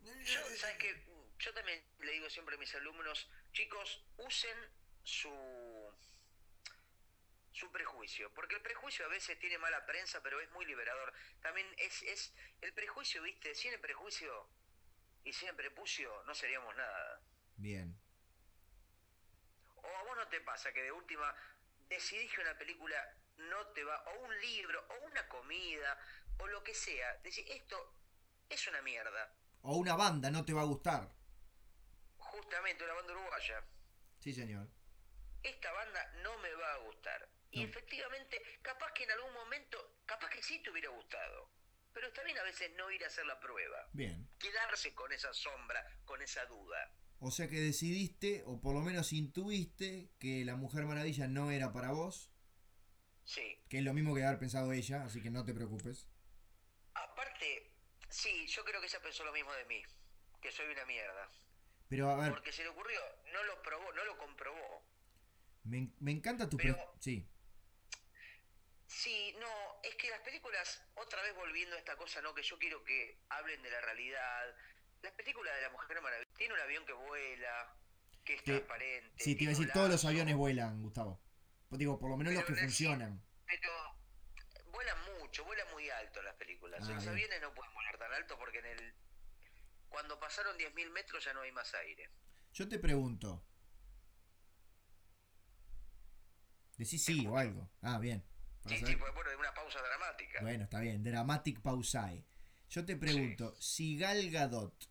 B: mm, yo, ¿sabes qué? Yo también le digo siempre a mis alumnos, chicos, usen su su prejuicio, porque el prejuicio a veces tiene mala prensa, pero es muy liberador. También es es el prejuicio, ¿viste? Sin el prejuicio y sin el prepucio no seríamos nada.
A: Bien.
B: O a vos no te pasa que de última decidís que una película no te va, o un libro, o una comida, o lo que sea, decís, esto es una mierda.
A: O una banda no te va a gustar.
B: Justamente una banda uruguaya.
A: Sí, señor.
B: Esta banda no me va a gustar. Y
A: No.
B: efectivamente, capaz que en algún momento, capaz que sí te hubiera gustado. Pero está bien a veces no ir a hacer la prueba.
A: Bien.
B: Quedarse con esa sombra, con esa duda.
A: O sea que decidiste, o por lo menos intuiste, que la Mujer Maravilla no era para vos.
B: Sí.
A: Que es lo mismo que haber pensado ella, así que no te preocupes.
B: Aparte, sí, yo creo que ella pensó lo mismo de mí. Que soy una mierda.
A: Pero a ver,
B: Porque se le ocurrió, no lo probó, no lo comprobó.
A: me, en- me encanta tu...
B: Pero-
A: pre- Sí.
B: Sí, no, es que las películas, otra vez volviendo a esta cosa, ¿no? Que yo quiero que hablen de la realidad. Las películas de la Mujer Maravilla, tiene un avión que vuela, que es
A: Te-
B: transparente.
A: Sí, te iba a decir,
B: tiene un
A: todos los
B: lazo,
A: aviones vuelan, Gustavo. Pues Digo, por lo menos los
B: Pero
A: que
B: en el-
A: funcionan.
B: Pero vuelan mucho, vuelan muy alto las películas.
A: Ah,
B: los
A: bien.
B: aviones no pueden volar tan alto porque en el cuando pasaron 10.000 metros ya no hay más aire.
A: Yo te pregunto. Decí sí o algo. Ah, bien. Para
B: Sí,
A: saber-
B: sí, pues, bueno, es una pausa dramática.
A: Bueno, está bien. Dramatic pausae. Yo te pregunto, si Gal Gadot,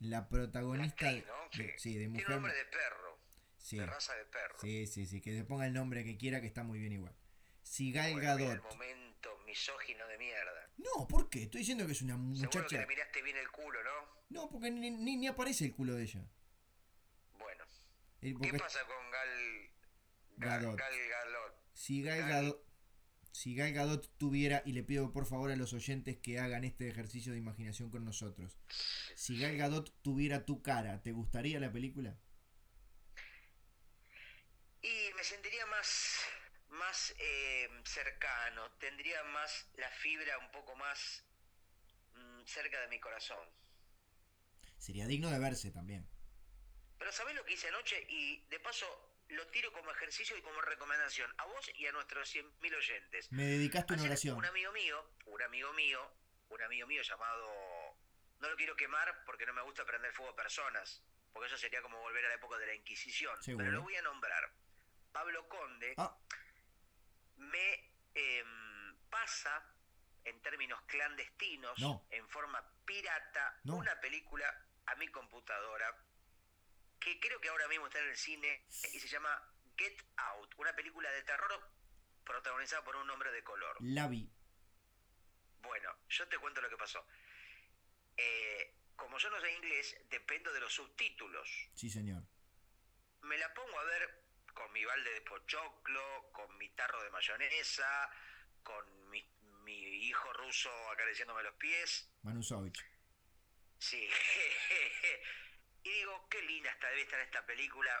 A: la protagonista de,
B: Actriz, ¿no?
A: de-
B: Sí.
A: sí, de
B: Tiene
A: mujer,
B: nombre de perro,
A: sí,
B: de raza de perro.
A: sí, sí, sí, que se ponga el nombre que quiera, que está muy bien igual. Si Gal
B: Bueno, mira el
A: Gadot,
B: momento misógino de mierda.
A: no, ¿por qué? Estoy diciendo que es una
B: Seguro que
A: muchacha.
B: le miraste bien el culo, ¿no?
A: No, porque ni, ni, ni aparece el culo de ella.
B: Bueno.
A: Eh,
B: ¿Qué
A: porque
B: pasa con Gal... Gal
A: Gadot.
B: Gal Gadot?
A: Si Gal
B: Gal-
A: Gadot, si Gal Gadot tuviera, y le pido por favor a los oyentes que hagan este ejercicio de imaginación con nosotros, si Gal Gadot tuviera tu cara, ¿te gustaría la película?
B: Y me sentiría más, más eh, cercano, tendría más la fibra un poco más mm, cerca de mi corazón.
A: Sería digno de verse también.
B: Pero ¿sabés lo que hice anoche? Y de paso lo tiro como ejercicio y como recomendación a vos y a nuestros 100.000 oyentes.
A: Me dedicaste una
B: Ayer
A: oración.
B: Un amigo mío, un amigo mío, un amigo mío llamado... No lo quiero quemar porque no me gusta prender fuego a personas, porque eso sería como volver a la época de la Inquisición.
A: Seguro.
B: Pero lo voy a nombrar. Pablo Conde,
A: Ah,
B: me em, pasa en términos clandestinos,
A: No.
B: en forma pirata,
A: No.
B: una película a mi computadora que creo que ahora mismo está en el cine y se llama Get Out, una película de terror protagonizada por un hombre de color.
A: la vi.
B: Bueno, yo te cuento lo que pasó. Eh, como yo no sé inglés, dependo de los subtítulos
A: Sí, señor.
B: me la pongo a ver con mi balde de pochoclo, con mi tarro de mayonesa, con mi, mi hijo ruso acariciándome los pies.
A: Manusovich.
B: Sí. y digo, qué linda está, debe estar esta película.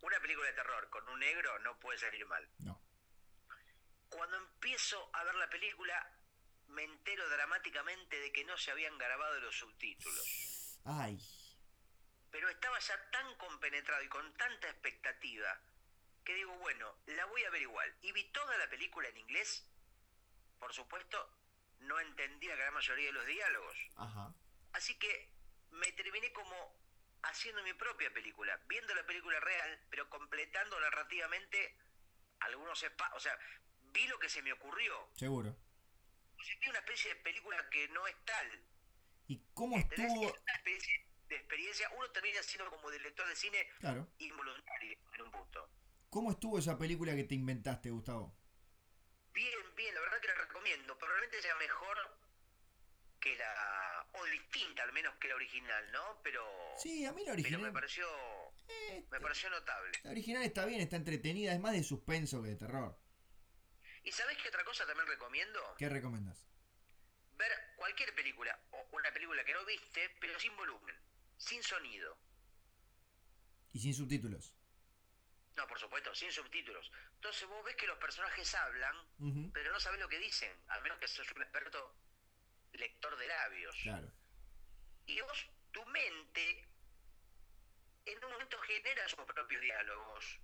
B: Una película de terror con un negro no puede salir mal.
A: No.
B: Cuando empiezo a ver la película, me entero dramáticamente de que no se habían grabado los subtítulos.
A: Ay.
B: pero estaba ya tan compenetrado y con tanta expectativa que digo, bueno, la voy a ver igual. Y vi toda la película en inglés, por supuesto, no entendía la gran mayoría de los diálogos.
A: Ajá.
B: Así que me terminé como haciendo mi propia película, viendo la película real, pero completando narrativamente algunos espacios. O sea, vi lo que se me ocurrió.
A: Seguro.
B: O sea, vi una especie de película que no es tal,
A: ¿Y cómo
B: ¿Entendés?
A: estuvo?
B: Es una especie de experiencia. Uno termina siendo como director de cine
A: Claro.
B: involuntario en un punto.
A: ¿Cómo estuvo esa película que te inventaste, Gustavo?
B: Bien, bien, la verdad que la recomiendo. Probablemente sea mejor que la. o distinta al menos que la original, ¿no? Pero.
A: Sí, a mí la
B: pero me
A: original.
B: pareció.
A: Eh,
B: me pareció notable.
A: La original está bien, está entretenida, es más de suspenso que de terror.
B: ¿Y sabés qué otra cosa también recomiendo?
A: ¿Qué recomendás?
B: Ver cualquier película, o una película que no viste, pero sin volumen, sin sonido.
A: Y sin subtítulos.
B: No, por supuesto, sin subtítulos. Entonces vos ves que los personajes hablan,
A: Ujú,
B: pero no sabés lo que dicen, al menos que sos un experto lector de labios.
A: Claro.
B: Y vos, tu mente, en un momento genera sus propios diálogos,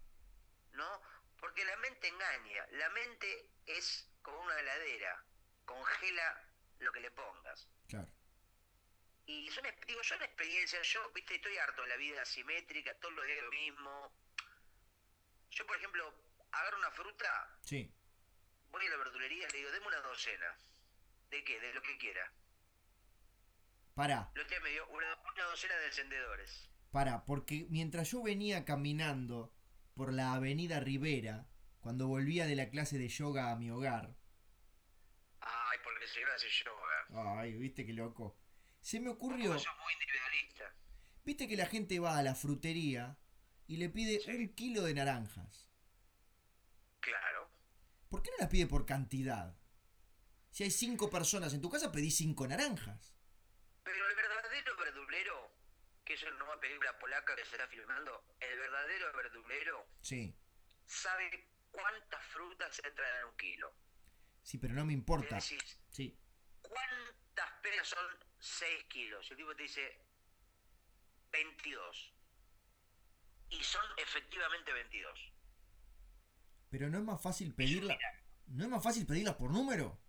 B: ¿no? Porque la mente engaña, la mente es como una heladera, congela lo que le pongas.
A: Claro.
B: Y son, ex- digo, son experiencias, yo, viste, estoy harto de la vida asimétrica, todos los días lo mismo. Yo, por ejemplo, agarro una fruta,
A: Sí.
B: voy a la verdulería, le digo, deme una docena. ¿De qué? De lo que quiera.
A: Pará,
B: Lo que me dio una, una docena de encendedores.
A: pará, porque mientras yo venía caminando por la avenida Rivera, cuando volvía de la clase de yoga a mi hogar,
B: Ay, porque soy hace yoga.
A: ay, viste qué loco, se me ocurrió,
B: Yo soy muy individualista.
A: viste que la gente va a la frutería y le pide
B: Sí.
A: un kilo de naranjas.
B: Claro.
A: ¿Por qué no las pide por cantidad? Si hay cinco personas en tu casa, pedí cinco naranjas.
B: Pero el verdadero verdulero, que es una nueva película polaca que se está filmando, el verdadero verdulero
A: Sí.
B: sabe cuántas frutas entran en un kilo.
A: Sí, pero no me
B: Le
A: importa.
B: decís,
A: Sí.
B: ¿cuántas peras son 6 kilos? El tipo te dice 22. y son efectivamente 22.
A: Pero no es más fácil pedirla. ¿No es más fácil pedirlas por número?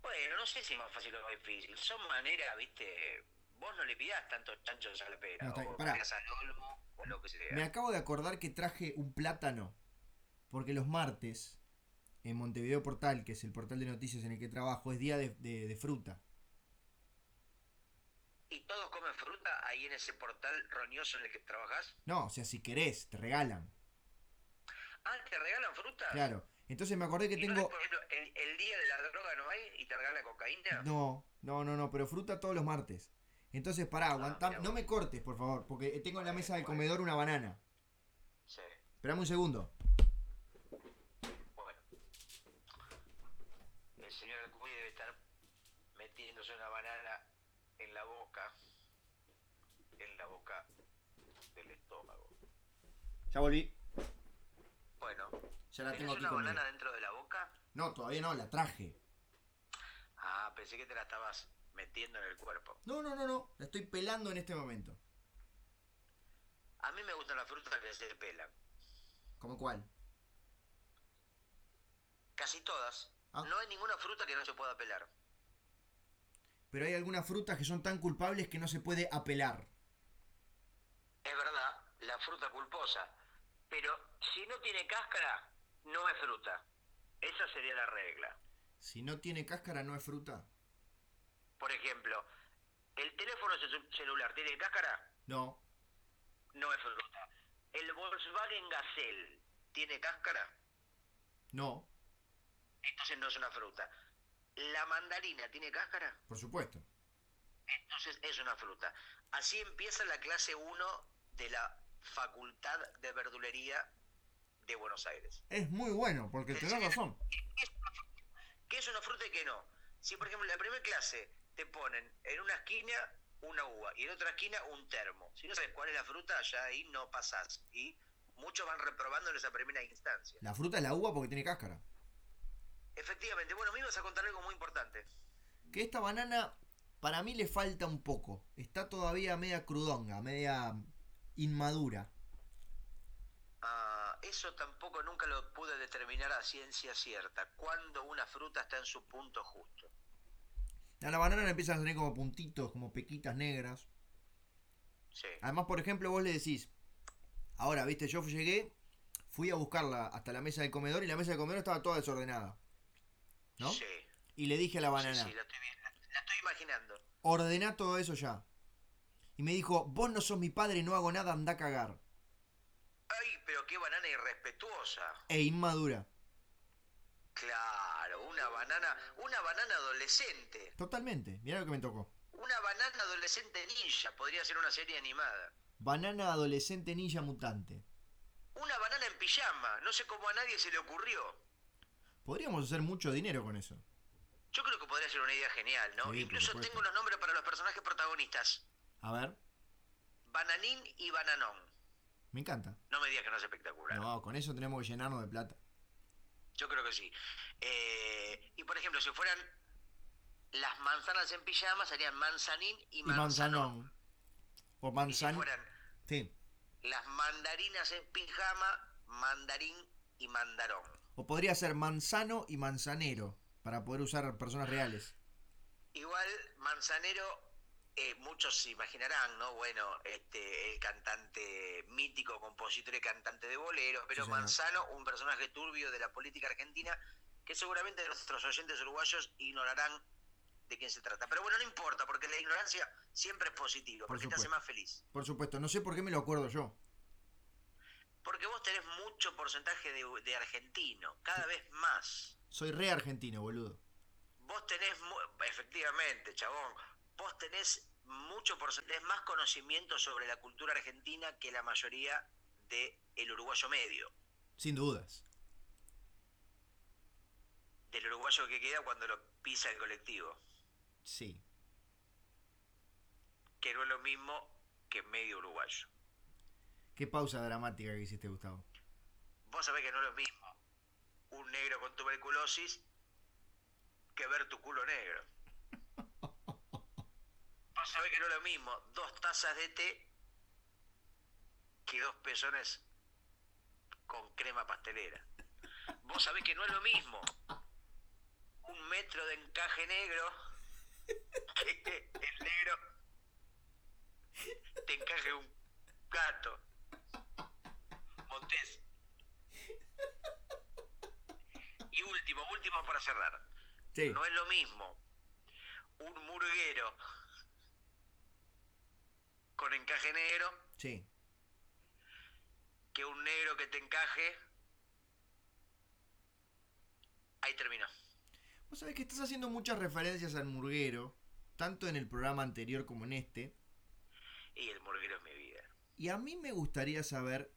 B: Bueno, no sé si es más fácil o más difícil. Son maneras, viste. Vos no le pidás tantos chanchos a la pera.
A: No, está bien,
B: o
A: pará.
B: pidás al olmo, o lo que sea.
A: Me acabo de acordar que traje un plátano. Porque los martes, en Montevideo Portal, que es el portal de noticias en el que trabajo, es día de, de- de fruta.
B: ¿Y todos comen fruta ahí en ese portal roñoso en el que trabajás?
A: No, o sea, si querés, te regalan.
B: Ah, ¿te regalan fruta?
A: Claro. Entonces me acordé que
B: ¿Y no hay,
A: tengo.
B: por ejemplo, el, el día de la droga no hay y te regalan cocaína?
A: No, no, no, no, pero fruta todos los martes. Entonces, pará, aguantá.
B: Ah, mira
A: No
B: vos.
A: me cortes, por favor, porque eh, tengo en la
B: Bueno,
A: mesa del
B: bueno.
A: comedor una banana.
B: Sí,
A: Esperame un segundo.
B: bueno. El señor Alcuí debe estar metiéndose una banana en la boca. En la boca del estómago.
A: Ya volví.
B: Bueno,
A: Ya la
B: ¿tenés
A: tengo aquí
B: una
A: conmigo.
B: banana dentro de la boca?
A: No, todavía no, la traje.
B: Ah, pensé que te la estabas metiendo en el cuerpo.
A: No, no, no, no. La estoy pelando en este momento.
B: A mí me gustan las frutas que se pelan.
A: ¿Cómo cuál?
B: Casi todas.
A: Ah.
B: No hay ninguna fruta que no se pueda pelar.
A: Pero hay algunas frutas que son tan culpables que no se puede apelar.
B: Es verdad, la fruta culposa. Pero si no tiene cáscara, no es fruta. Esa sería la regla.
A: Si no tiene cáscara, no es fruta.
B: Por ejemplo, el teléfono ce- celular tiene cáscara,
A: No,
B: no es fruta. El Volkswagen Gazelle tiene cáscara,
A: no,
B: entonces no es una fruta. La mandarina tiene cáscara,
A: por supuesto.
B: entonces es una fruta. Así empieza la clase 1 de la Facultad de Verdulería de Buenos Aires.
A: Es muy bueno, porque tenés razón.
B: ¿Qué es una fruta y qué no? Si, por ejemplo, en la primera clase te ponen en una esquina una uva y en otra esquina un termo. Si no sabes cuál es la fruta, ya ahí no pasás. Y muchos van reprobando en esa primera instancia.
A: La fruta es la uva porque tiene cáscara.
B: Efectivamente, bueno, me ibas a contar algo muy importante.
A: Que esta banana, para mí le falta un poco. Está todavía media crudonga, media inmadura.
B: Ah, eso tampoco nunca lo pude determinar a ciencia cierta. Cuando una fruta está en su punto justo.
A: A la banana le empiezan a salir como puntitos, como pequitas negras.
B: Sí.
A: Además, por ejemplo, vos le decís, ahora, viste, yo llegué, fui a buscarla hasta la mesa del comedor y la mesa del comedor estaba toda desordenada. ¿No?
B: Sí.
A: Y le dije a la banana,
B: Sí, sí, la estoy, vi- la- la estoy imaginando.
A: ordená todo eso ya. Y me dijo, vos no sos mi padre, no hago nada, anda a cagar.
B: Ay, pero qué banana irrespetuosa.
A: E inmadura.
B: Claro, una banana, una banana adolescente,
A: Totalmente. Mirá lo que me tocó.
B: una banana adolescente ninja, podría ser una serie animada.
A: Banana adolescente ninja mutante.
B: Una banana en pijama, no sé cómo a nadie se le ocurrió.
A: Podríamos hacer mucho dinero con eso.
B: Yo creo que podría ser una idea genial, ¿no?
A: Sí, por
B: Incluso
A: supuesto.
B: tengo unos nombres para los personajes protagonistas.
A: A ver,
B: Bananín y Bananón.
A: me encanta.
B: No me digas que no es espectacular.
A: No, con eso tenemos que llenarnos de plata.
B: Yo creo que sí. Eh, y por ejemplo, si fueran las manzanas en pijama, serían manzanín y
A: Y
B: manzanón.
A: manzanón. O
B: Y si
A: manzanón.
B: fueran
A: Sí.
B: las mandarinas en pijama, mandarín y mandarón.
A: O podría ser manzano y manzanero. Para poder usar personas reales.
B: Igual Manzanero, eh, muchos se imaginarán, ¿no? Bueno, este, el cantante mítico, compositor y cantante de boleros, pero
A: señor.
B: Manzano, un personaje turbio de la política argentina, que seguramente nuestros oyentes uruguayos ignorarán de quién se trata. Pero bueno, no importa, porque la ignorancia siempre es positiva,
A: Por
B: porque te hace
A: supuesto.
B: más feliz.
A: Por supuesto, no sé por qué me lo acuerdo yo.
B: Porque vos tenés mucho porcentaje de, de argentino, cada vez más.
A: Soy re argentino, boludo.
B: Vos tenés, mu- efectivamente, chabón, vos tenés mucho porcentaje, más conocimiento sobre la cultura argentina que la mayoría del el uruguayo medio,
A: Sin dudas.
B: del uruguayo que queda cuando lo pisa el colectivo,
A: Sí.
B: que no es lo mismo que medio uruguayo.
A: Qué pausa dramática que hiciste, Gustavo.
B: Vos sabés que no es lo mismo un negro con tuberculosis que ver tu culo negro. Vos sabés que no es lo mismo dos tazas de té que dos pezones con crema pastelera. Vos sabés que no es lo mismo un metro de encaje negro que el negro te encaje un gato. Montés. Y último, último para cerrar.
A: Sí.
B: No es lo mismo un murguero con encaje negro
A: Sí.
B: que un negro que te encaje. Ahí terminó.
A: Vos sabés que estás haciendo muchas referencias al murguero, tanto en el programa anterior como en este.
B: Y el murguero es mi vida.
A: Y a mí me gustaría saber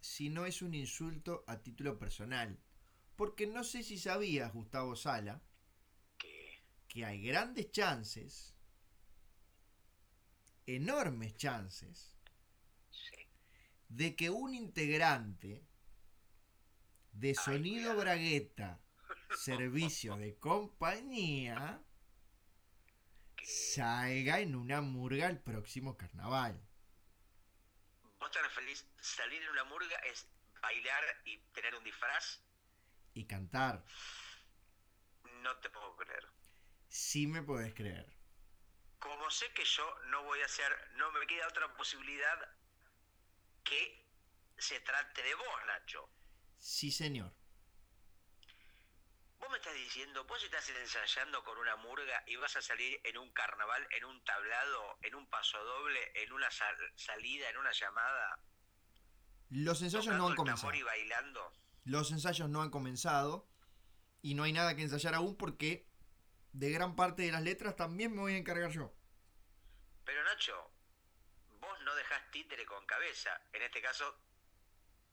A: si no es un insulto a título personal. Porque no sé si sabías, Gustavo Sala,
B: Que
A: que hay grandes chances, enormes chances,
B: sí.
A: de que un integrante de Sonido
B: cuidado.
A: Bragueta, servicio de compañía,
B: que-
A: salga en una murga el próximo carnaval.
B: ¿Vos estás feliz? Salir en una murga es bailar y tener un disfraz.
A: Y cantar,
B: No te puedo creer.
A: si me podés creer.
B: Como sé que yo no voy a hacer, no me queda otra posibilidad que se trate de vos, Nacho.
A: Sí, señor.
B: Vos me estás diciendo, vos estás ensayando con una murga y vas a salir en un carnaval, en un tablado, en un paso doble, en una sal- salida, en una llamada,
A: Los ensayos no
B: tocando
A: han
B: el
A: comenzado.
B: tambor y bailando.
A: Los ensayos no han comenzado y no hay nada que ensayar aún porque de gran parte de las letras también me voy a encargar yo.
B: Pero Nacho, vos no dejás títere con cabeza. En este caso,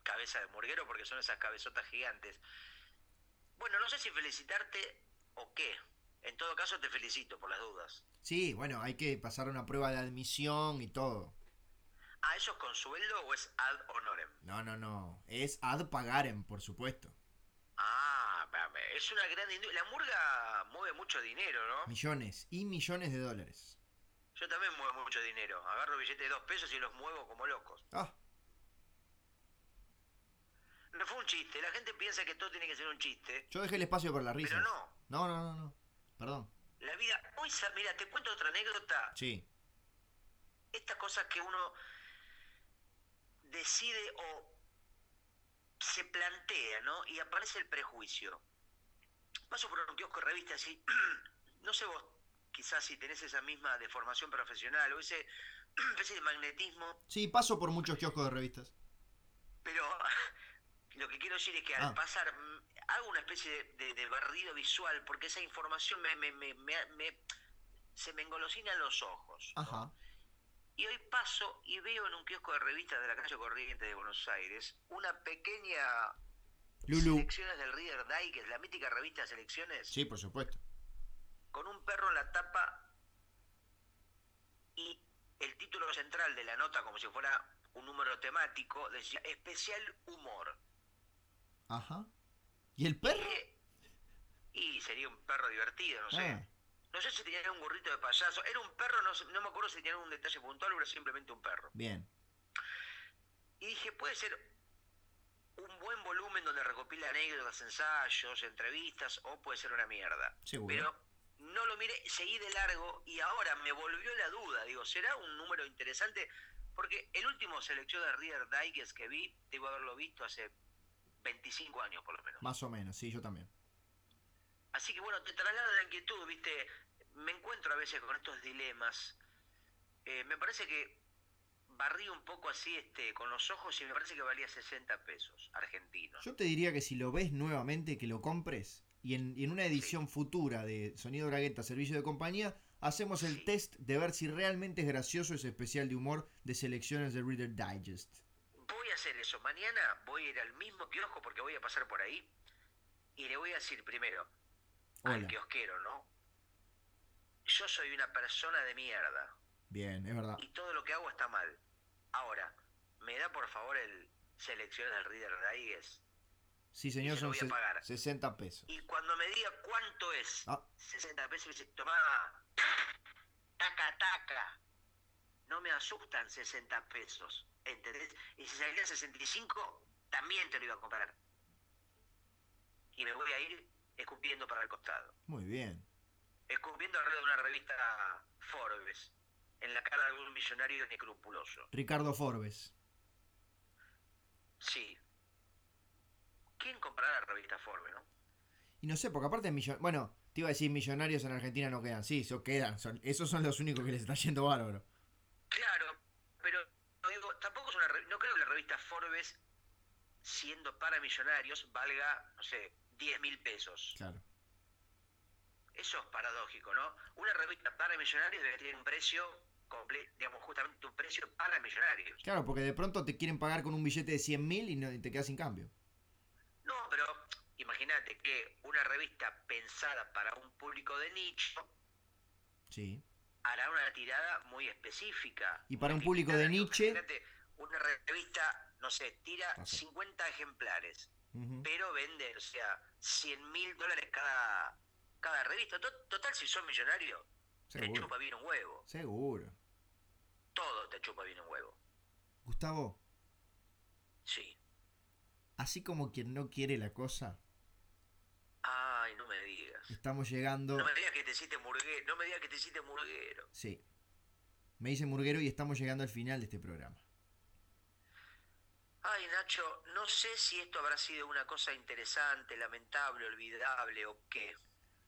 B: cabeza de murguero, porque son esas cabezotas gigantes. Bueno, no sé si felicitarte o qué. En todo caso, te felicito por las dudas.
A: Sí, bueno, hay que pasar una prueba de admisión y todo.
B: ¿A eso es con sueldo o es ad honorem?
A: No, no, no. Es ad pagarem, por supuesto.
B: Ah, espérame, es una gran industria. La murga mueve mucho dinero, ¿no?
A: Millones y millones de dólares.
B: Yo también muevo mucho dinero. Agarro billetes de dos pesos y los muevo como locos.
A: Ah,
B: No fue un chiste. La gente piensa que todo tiene que ser un chiste.
A: yo dejé el espacio para la risa.
B: Pero no.
A: No, no, no, no. Perdón.
B: La vida... Hoy, sa- mira, te cuento otra anécdota.
A: Sí.
B: estas cosas que uno decide o se plantea, ¿no? Y aparece el prejuicio. Paso por un kiosco de revistas y no sé vos, quizás si tenés esa misma deformación profesional o ese especie de magnetismo,
A: Sí, paso por muchos kioscos de revistas.
B: pero lo que quiero decir es que al
A: Ah.
B: pasar mm, hago una especie de, de- de barrido visual porque esa información me, me- me- me- me- se me engolosinan los ojos. ¿no?
A: Ajá.
B: Y hoy paso y veo en un kiosco de revistas de la calle Corrientes de Buenos Aires una pequeña
A: Lulu.
B: selecciones del Reader Die, que es la mítica revista Selecciones,
A: Sí, por supuesto.
B: con un perro en la tapa y el título central de la nota, como si fuera un número temático, decía especial humor.
A: Ajá. ¿Y el perro?
B: Dije, Y sería un perro divertido, no sé.
A: Ah,
B: No sé si tenía un gorrito de payaso. Era un perro, no, sé- no me acuerdo si tenía un detalle puntual o era simplemente un perro.
A: bien.
B: Y dije, puede ser un buen volumen donde recopila anécdotas, ensayos, entrevistas, o puede ser una mierda.
A: Seguro.
B: Pero no lo miré, seguí de largo y ahora me volvió la duda. Digo, ¿será un número interesante? Porque el último selección de Reader Digest que vi, debo haberlo visto hace 25 años por lo menos.
A: Más o menos, sí, yo también.
B: Así que bueno, te traslada la inquietud, ¿viste? Me encuentro a veces con estos dilemas. Eh, me parece que barrí un poco así este, con los ojos y me parece que valía 60 pesos argentinos.
A: Yo te diría que si lo ves nuevamente, que lo compres. Y en, y en una edición futura de Sonido Bragueta, Servicio de Compañía, hacemos el
B: Sí.
A: test de ver si realmente es gracioso ese especial de humor de selecciones de Reader Digest.
B: Voy a hacer eso. Mañana voy a ir al mismo kiosco porque voy a pasar por ahí y le voy a decir primero al
A: Hola.
B: kiosquero, ¿no? Yo soy una persona de mierda
A: Bien, es verdad.
B: y todo lo que hago está mal. Ahora, ¿me da por favor el selección del Reader Digest?
A: Sí, señor,
B: se
A: son
B: lo voy a
A: se-
B: pagar.
A: 60 pesos.
B: Y cuando me diga cuánto es,
A: Ah.
B: 60 pesos, me dice, tomá, taca, taca. No me asustan 60 pesos, ¿entendés? Y si saliera 65, también te lo iba a comprar. Y me voy a ir escupiendo para el costado,
A: Muy bien.
B: escupiendo alrededor de una revista Forbes, en la cara de algún millonario escrupuloso.
A: Ricardo Forbes.
B: Sí. ¿Quién comprará la revista Forbes, no?
A: Y no sé, porque aparte, millon... bueno, te iba a decir millonarios en Argentina no quedan. Sí, so quedan. Son... Esos son los únicos que les está yendo bárbaro.
B: Claro, pero digo, tampoco es una revi- no creo que la revista Forbes, siendo para millonarios, valga, no sé, 10 mil pesos.
A: Claro.
B: Eso es paradójico, ¿no? Una revista para millonarios debe tener un precio, comple- digamos, justamente un precio para millonarios.
A: Claro, porque de pronto te quieren pagar con un billete de 100 mil y, no, y te quedas sin cambio.
B: No, pero imagínate que una revista pensada para un público de nicho
A: Sí.
B: hará una tirada muy específica.
A: Y para
B: Una
A: un público de
B: tirada,
A: Nietzsche-
B: imagínate, Una revista, no sé, tira
A: Ajá.
B: 50 ejemplares.
A: Ujú.
B: pero vende, o sea, 100 mil dólares cada, cada revista. To- Total, si sos millonario, te
A: Seguro.
B: chupa bien un huevo.
A: Seguro.
B: Todo te chupa bien un huevo.
A: Gustavo,
B: Sí.
A: así como quien no quiere la cosa,
B: Ay, no me digas.
A: estamos llegando.
B: No me digas que te hiciste murguero. No me digas que te hiciste murguero.
A: Sí. Me dice Murguero y estamos llegando al final de este programa.
B: Ay, Nacho, no sé si esto habrá sido una cosa interesante, lamentable, olvidable o qué.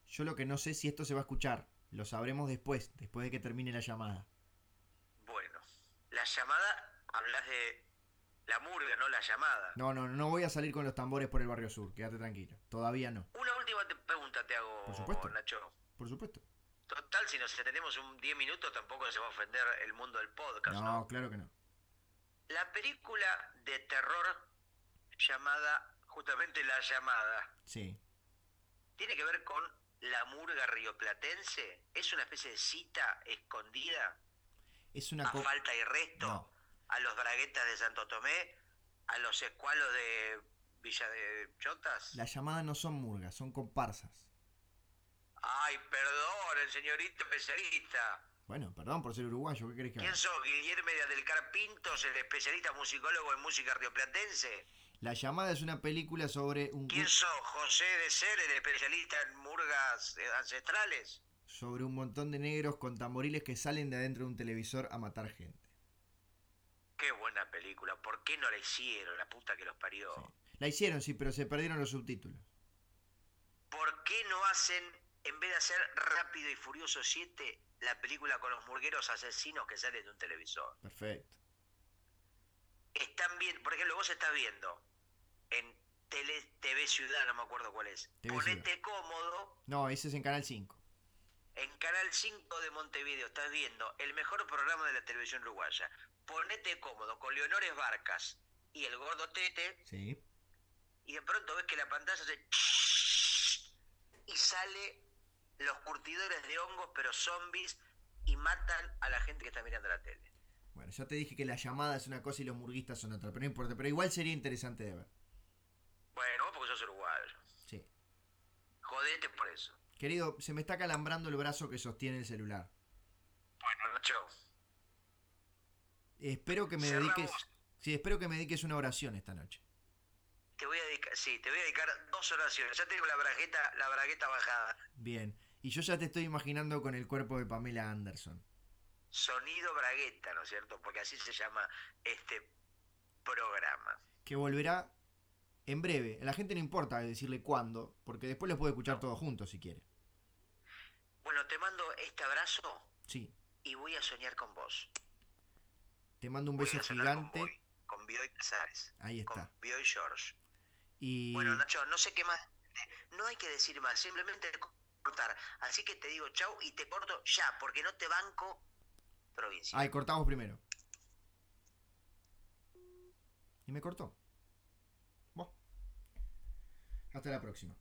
A: Yo lo que no sé si esto se va a escuchar. Lo sabremos después, después de que termine la llamada.
B: Bueno, la llamada, hablas de la murga, no la llamada.
A: No, no, no voy a salir con los tambores por el barrio sur. Quédate tranquilo. Todavía no.
B: Una última te- pregunta te hago,
A: Por supuesto.
B: Nacho.
A: Por supuesto.
B: Total, si nos tenemos un 10 minutos tampoco se va a ofender el mundo del podcast.
A: No,
B: ¿no?
A: claro que no.
B: La película de terror llamada, justamente La llamada,
A: Sí.
B: tiene que ver con la murga rioplatense. ¿Es una especie de cita escondida
A: Es una
B: a
A: co-
B: falta y resto
A: No.
B: a los braguetas de Santo Tomé, a los escualos de Villa de Chotas?
A: Las llamadas no son murgas, son comparsas.
B: Ay, perdón, el señorito peserista.
A: Bueno, perdón por ser uruguayo, ¿qué querés que haga?
B: ¿Quién sos? Guillermo del Carpintos, el especialista musicólogo en música rioplatense.
A: La llamada es una película sobre un
B: ¿Quién
A: gru-
B: sos? José de Ser, el especialista en murgas eh, ancestrales.
A: sobre un montón de negros con tamboriles que salen de adentro de un televisor a matar gente.
B: Qué buena película. ¿Por qué no la hicieron? La puta que los parió.
A: Sí. La hicieron, sí, pero se perdieron los subtítulos.
B: ¿Por qué no hacen, en vez de hacer Rápido y Furioso 7, la película con los murgueros asesinos que salen de un televisor?
A: Perfecto.
B: Están bien, por ejemplo, vos estás viendo en Tele, TV Ciudad, no me acuerdo cuál es.
A: TV
B: Ponete cómodo.
A: No, ese es en Canal 5.
B: En Canal 5 de Montevideo estás viendo el mejor programa de la televisión uruguaya. Ponete cómodo con Leonores Barcas y el gordo Tete
A: Sí.
B: y de pronto ves que la pantalla se... y sale los curtidores de hongos pero zombies y matan a la gente que está mirando la tele.
A: Bueno, ya te dije que la llamada es una cosa y los murguistas son otra, pero no importa. Pero igual sería interesante de ver.
B: Bueno, vos porque sos uruguayo.
A: Sí.
B: Jodete por eso.
A: Querido, se me está calambrando el brazo que sostiene el celular.
B: Bueno, Nacho,
A: Espero que me
B: Cerrá
A: dediques.
B: vos.
A: Sí, espero que me dediques una oración esta noche.
B: te voy a dedicar, sí, te voy a dedicar dos oraciones. Ya tengo la bragueta, la bragueta bajada.
A: Bien. Y yo ya te estoy imaginando con el cuerpo de Pamela Anderson.
B: Sonido Bragueta, ¿no es cierto? Porque así se llama este programa.
A: Que volverá en breve. A la gente no importa decirle cuándo, porque después los puede escuchar todos juntos si quiere.
B: Bueno, te mando este abrazo
A: Sí.
B: y voy a soñar con vos.
A: Te mando un
B: Voy
A: beso
B: a soñar
A: gigante.
B: Con Bioy, con Bioy Casares.
A: Ahí está.
B: Con Bioy George.
A: Y
B: Bueno, Nacho, no sé qué más. No hay que decir más, simplemente cortar. Así que te digo chau y te corto ya, porque no te banco provincia.
A: Ay, cortamos primero. Y me cortó. Buah. Hasta la próxima.